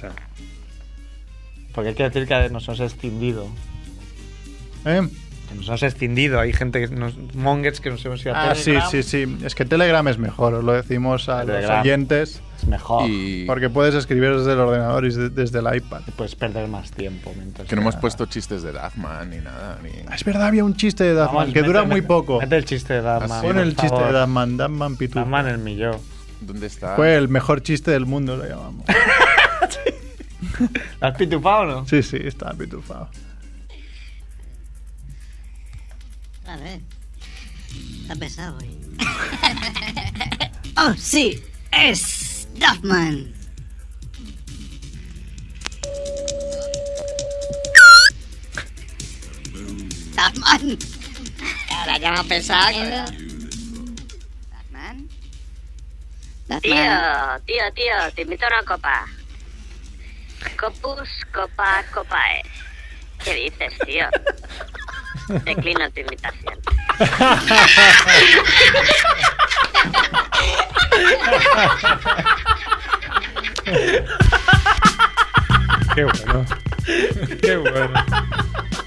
Porque hay que decir que nos hemos extinguido.
¿Eh?
Que nos hemos extinguido. Hay gente, que nos, mongers que nos hemos ido a
Ah, sí,
Telegram.
sí, sí. Es que Telegram es mejor, os lo decimos a
Telegram.
los oyentes.
Es mejor.
Porque puedes escribir desde el ordenador y de- desde el iPad.
puedes perder más tiempo. Mientras
Que no hemos puesto chistes de Duffman ni nada. Ni...
Ah, Es verdad, había un chiste de Dazman
Vamos,
que dura
mete-
muy poco.
Mete el chiste de
Ah,
Dazman.
Pon
por
el chiste
favor.
de Dazman, Dazman Pitufo.
Dazman el millón.
¿Dónde está?
Fue el mejor chiste del mundo, lo
(laughs)
llamamos.
¿Lo has pitufado o no?
Sí, sí, está pitufado.
A ver. Está pesado hoy. (laughs) oh, sí. Es Duffman. Duffman. Ahora ya me ha pesado. Duffman.
Tío, tío, tío, te invito a una copa. Copus, copa, copae. ¿Qué dices, tío? Declino tu invitación.
Qué bueno. Qué bueno.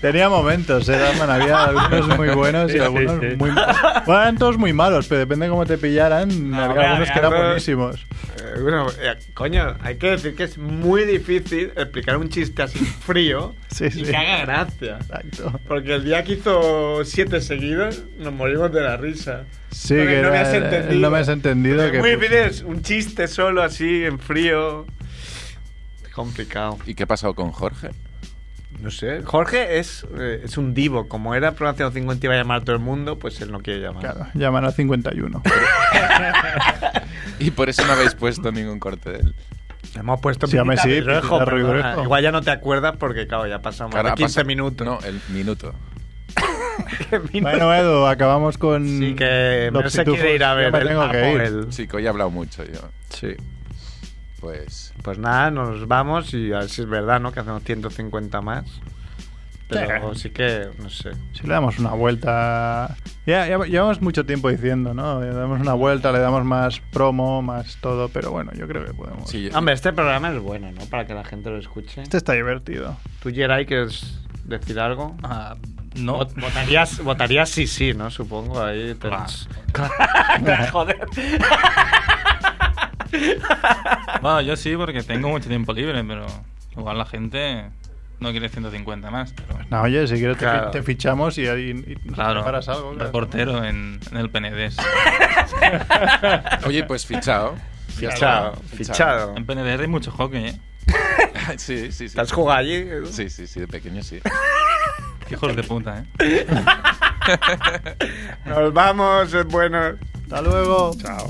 Tenía momentos, ¿eh,
(laughs)
Batman? Había algunos muy buenos y
Sí, sí,
algunos
sí.
muy malos. Bueno, eran todos muy malos, pero depende de cómo te pillaran. había
hombre,
algunos que
había
eran
algo-
buenísimos.
Eh, bueno, eh, coño, hay que decir que es muy difícil explicar un chiste
(laughs)
así frío
Sí,
y
sí.
que haga gracia.
Exacto.
Porque el día que hizo siete seguidos, nos morimos de la risa.
Sí,
Porque
que
no me
era-
has entendido.
no me has entendido.
Es
que
muy difícil, es un chiste solo así, en frío. Complicado.
¿Y qué ha pasado con Jorge?
No sé. Jorge es, eh, es un divo. Como era Provincia 50 iba a llamar a todo el mundo, pues él no quiere llamar.
Claro, llaman
(laughs)
al 51.
Y por eso no habéis puesto ningún corte de él.
Hemos puesto
Sí, hombre,
Pipita
sí,
Bermejo,
Pipita
perdona.
Bermejo.
Igual ya no te acuerdas porque, claro, ya pasamos
Claro,
de
ha
15
pasado-
minutos.
No, el minuto.
(laughs) Bueno, Edu, acabamos con. Sí,
que no se quiere ir a ver
Me
el-
tengo
a
que
por
ir.
el-
Sí, que hoy he hablado mucho yo.
Sí.
Pues.
Pues nada, nos vamos y a ver si es verdad, ¿no? Que hacemos 150 más. Pero sí que, no sé.
Si le damos una vuelta. Ya, ya llevamos mucho tiempo diciendo, ¿no? Le damos una vuelta, le damos más promo, más todo, pero bueno, yo creo que podemos.
Hombre, este programa es bueno, ¿no? Para que la gente lo escuche.
Este está divertido.
¿Tú, Geray, quieres decir algo?
no.
Vot- Votarías, votarías sí, sí, ¿no? Supongo. Ahí te... Joder.
Bueno, yo sí, porque tengo mucho tiempo libre, pero igual la gente no quiere 150 más. Pero...
No, oye, si quieres te fi-
Claro.
te, fichamos y, ahí y nos
Claro,
preparas algo. claro.
reportero en, en el PNDES.
Oye, pues fichado. Ya
Fichado,
está.
fichado. En PNDES hay mucho hockey, ¿eh?
(laughs) sí, sí, sí.
¿Te has jugado allí,
Sí, sí, sí, de pequeño sí.
Qué (laughs) hijos de puta, ¿eh?
Nos vamos, es bueno. Hasta
luego.
Chao.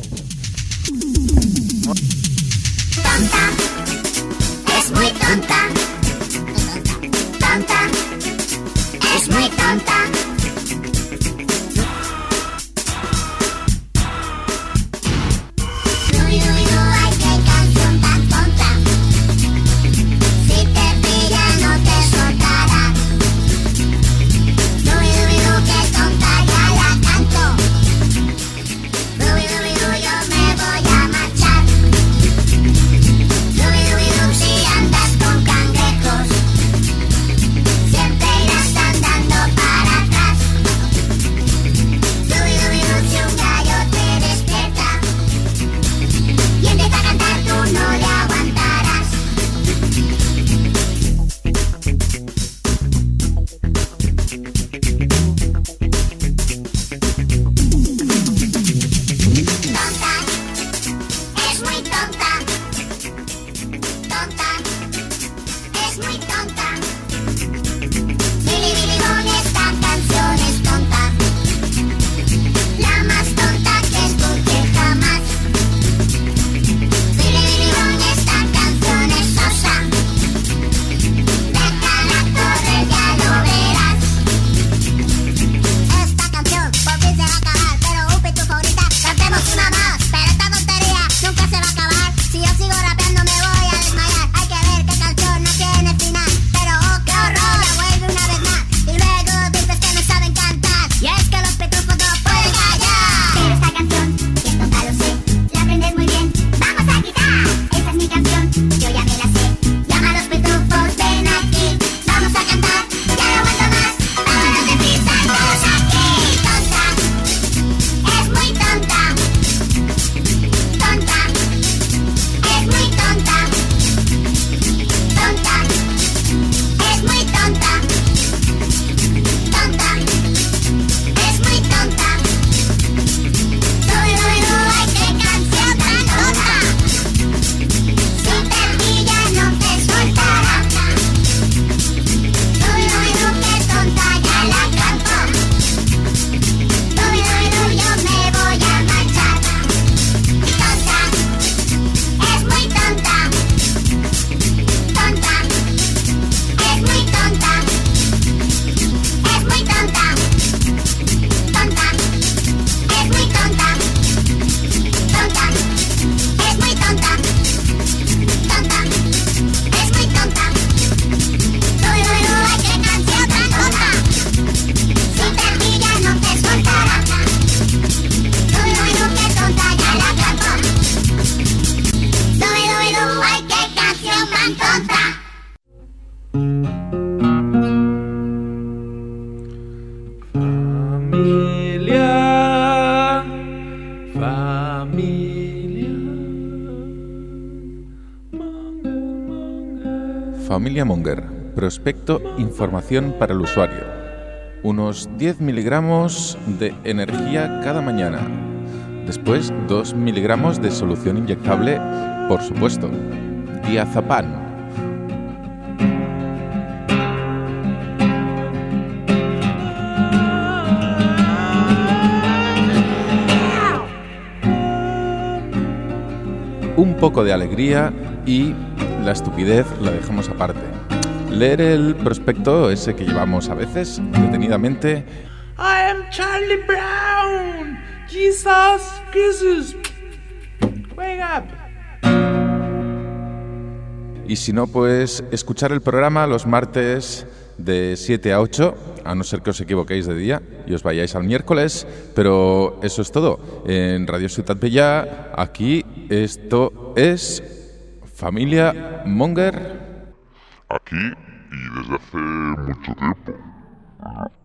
Es muy tonta. Tonta. Es muy tonta. No, no, no hay que canción tan tonta. Si te pilla no te soltará. No, no, no, que tonta ya la canto. No, no, no, yo me voy a marchar. Dubi, dubi, dub, si andas con cangrejos, siempre irás andando para atrás.
Familia Monger. Prospecto información para el usuario. Unos 10 miligramos de energía cada mañana. Después 2 miligramos de solución inyectable, por supuesto. Diazapán. Un poco de alegría y la estupidez la dejamos aparte. Leer el prospecto ese que llevamos a veces detenidamente
I am Charlie Brown. Jesus kisses. Wake up.
Y si no, pues escuchar el programa los martes de 7 a 8, a no ser que os equivoquéis de día y os vayáis al miércoles. Pero eso es todo. En Radio Ciudad Bella, aquí esto es Familia Monger.
Aquí y desde hace mucho tiempo.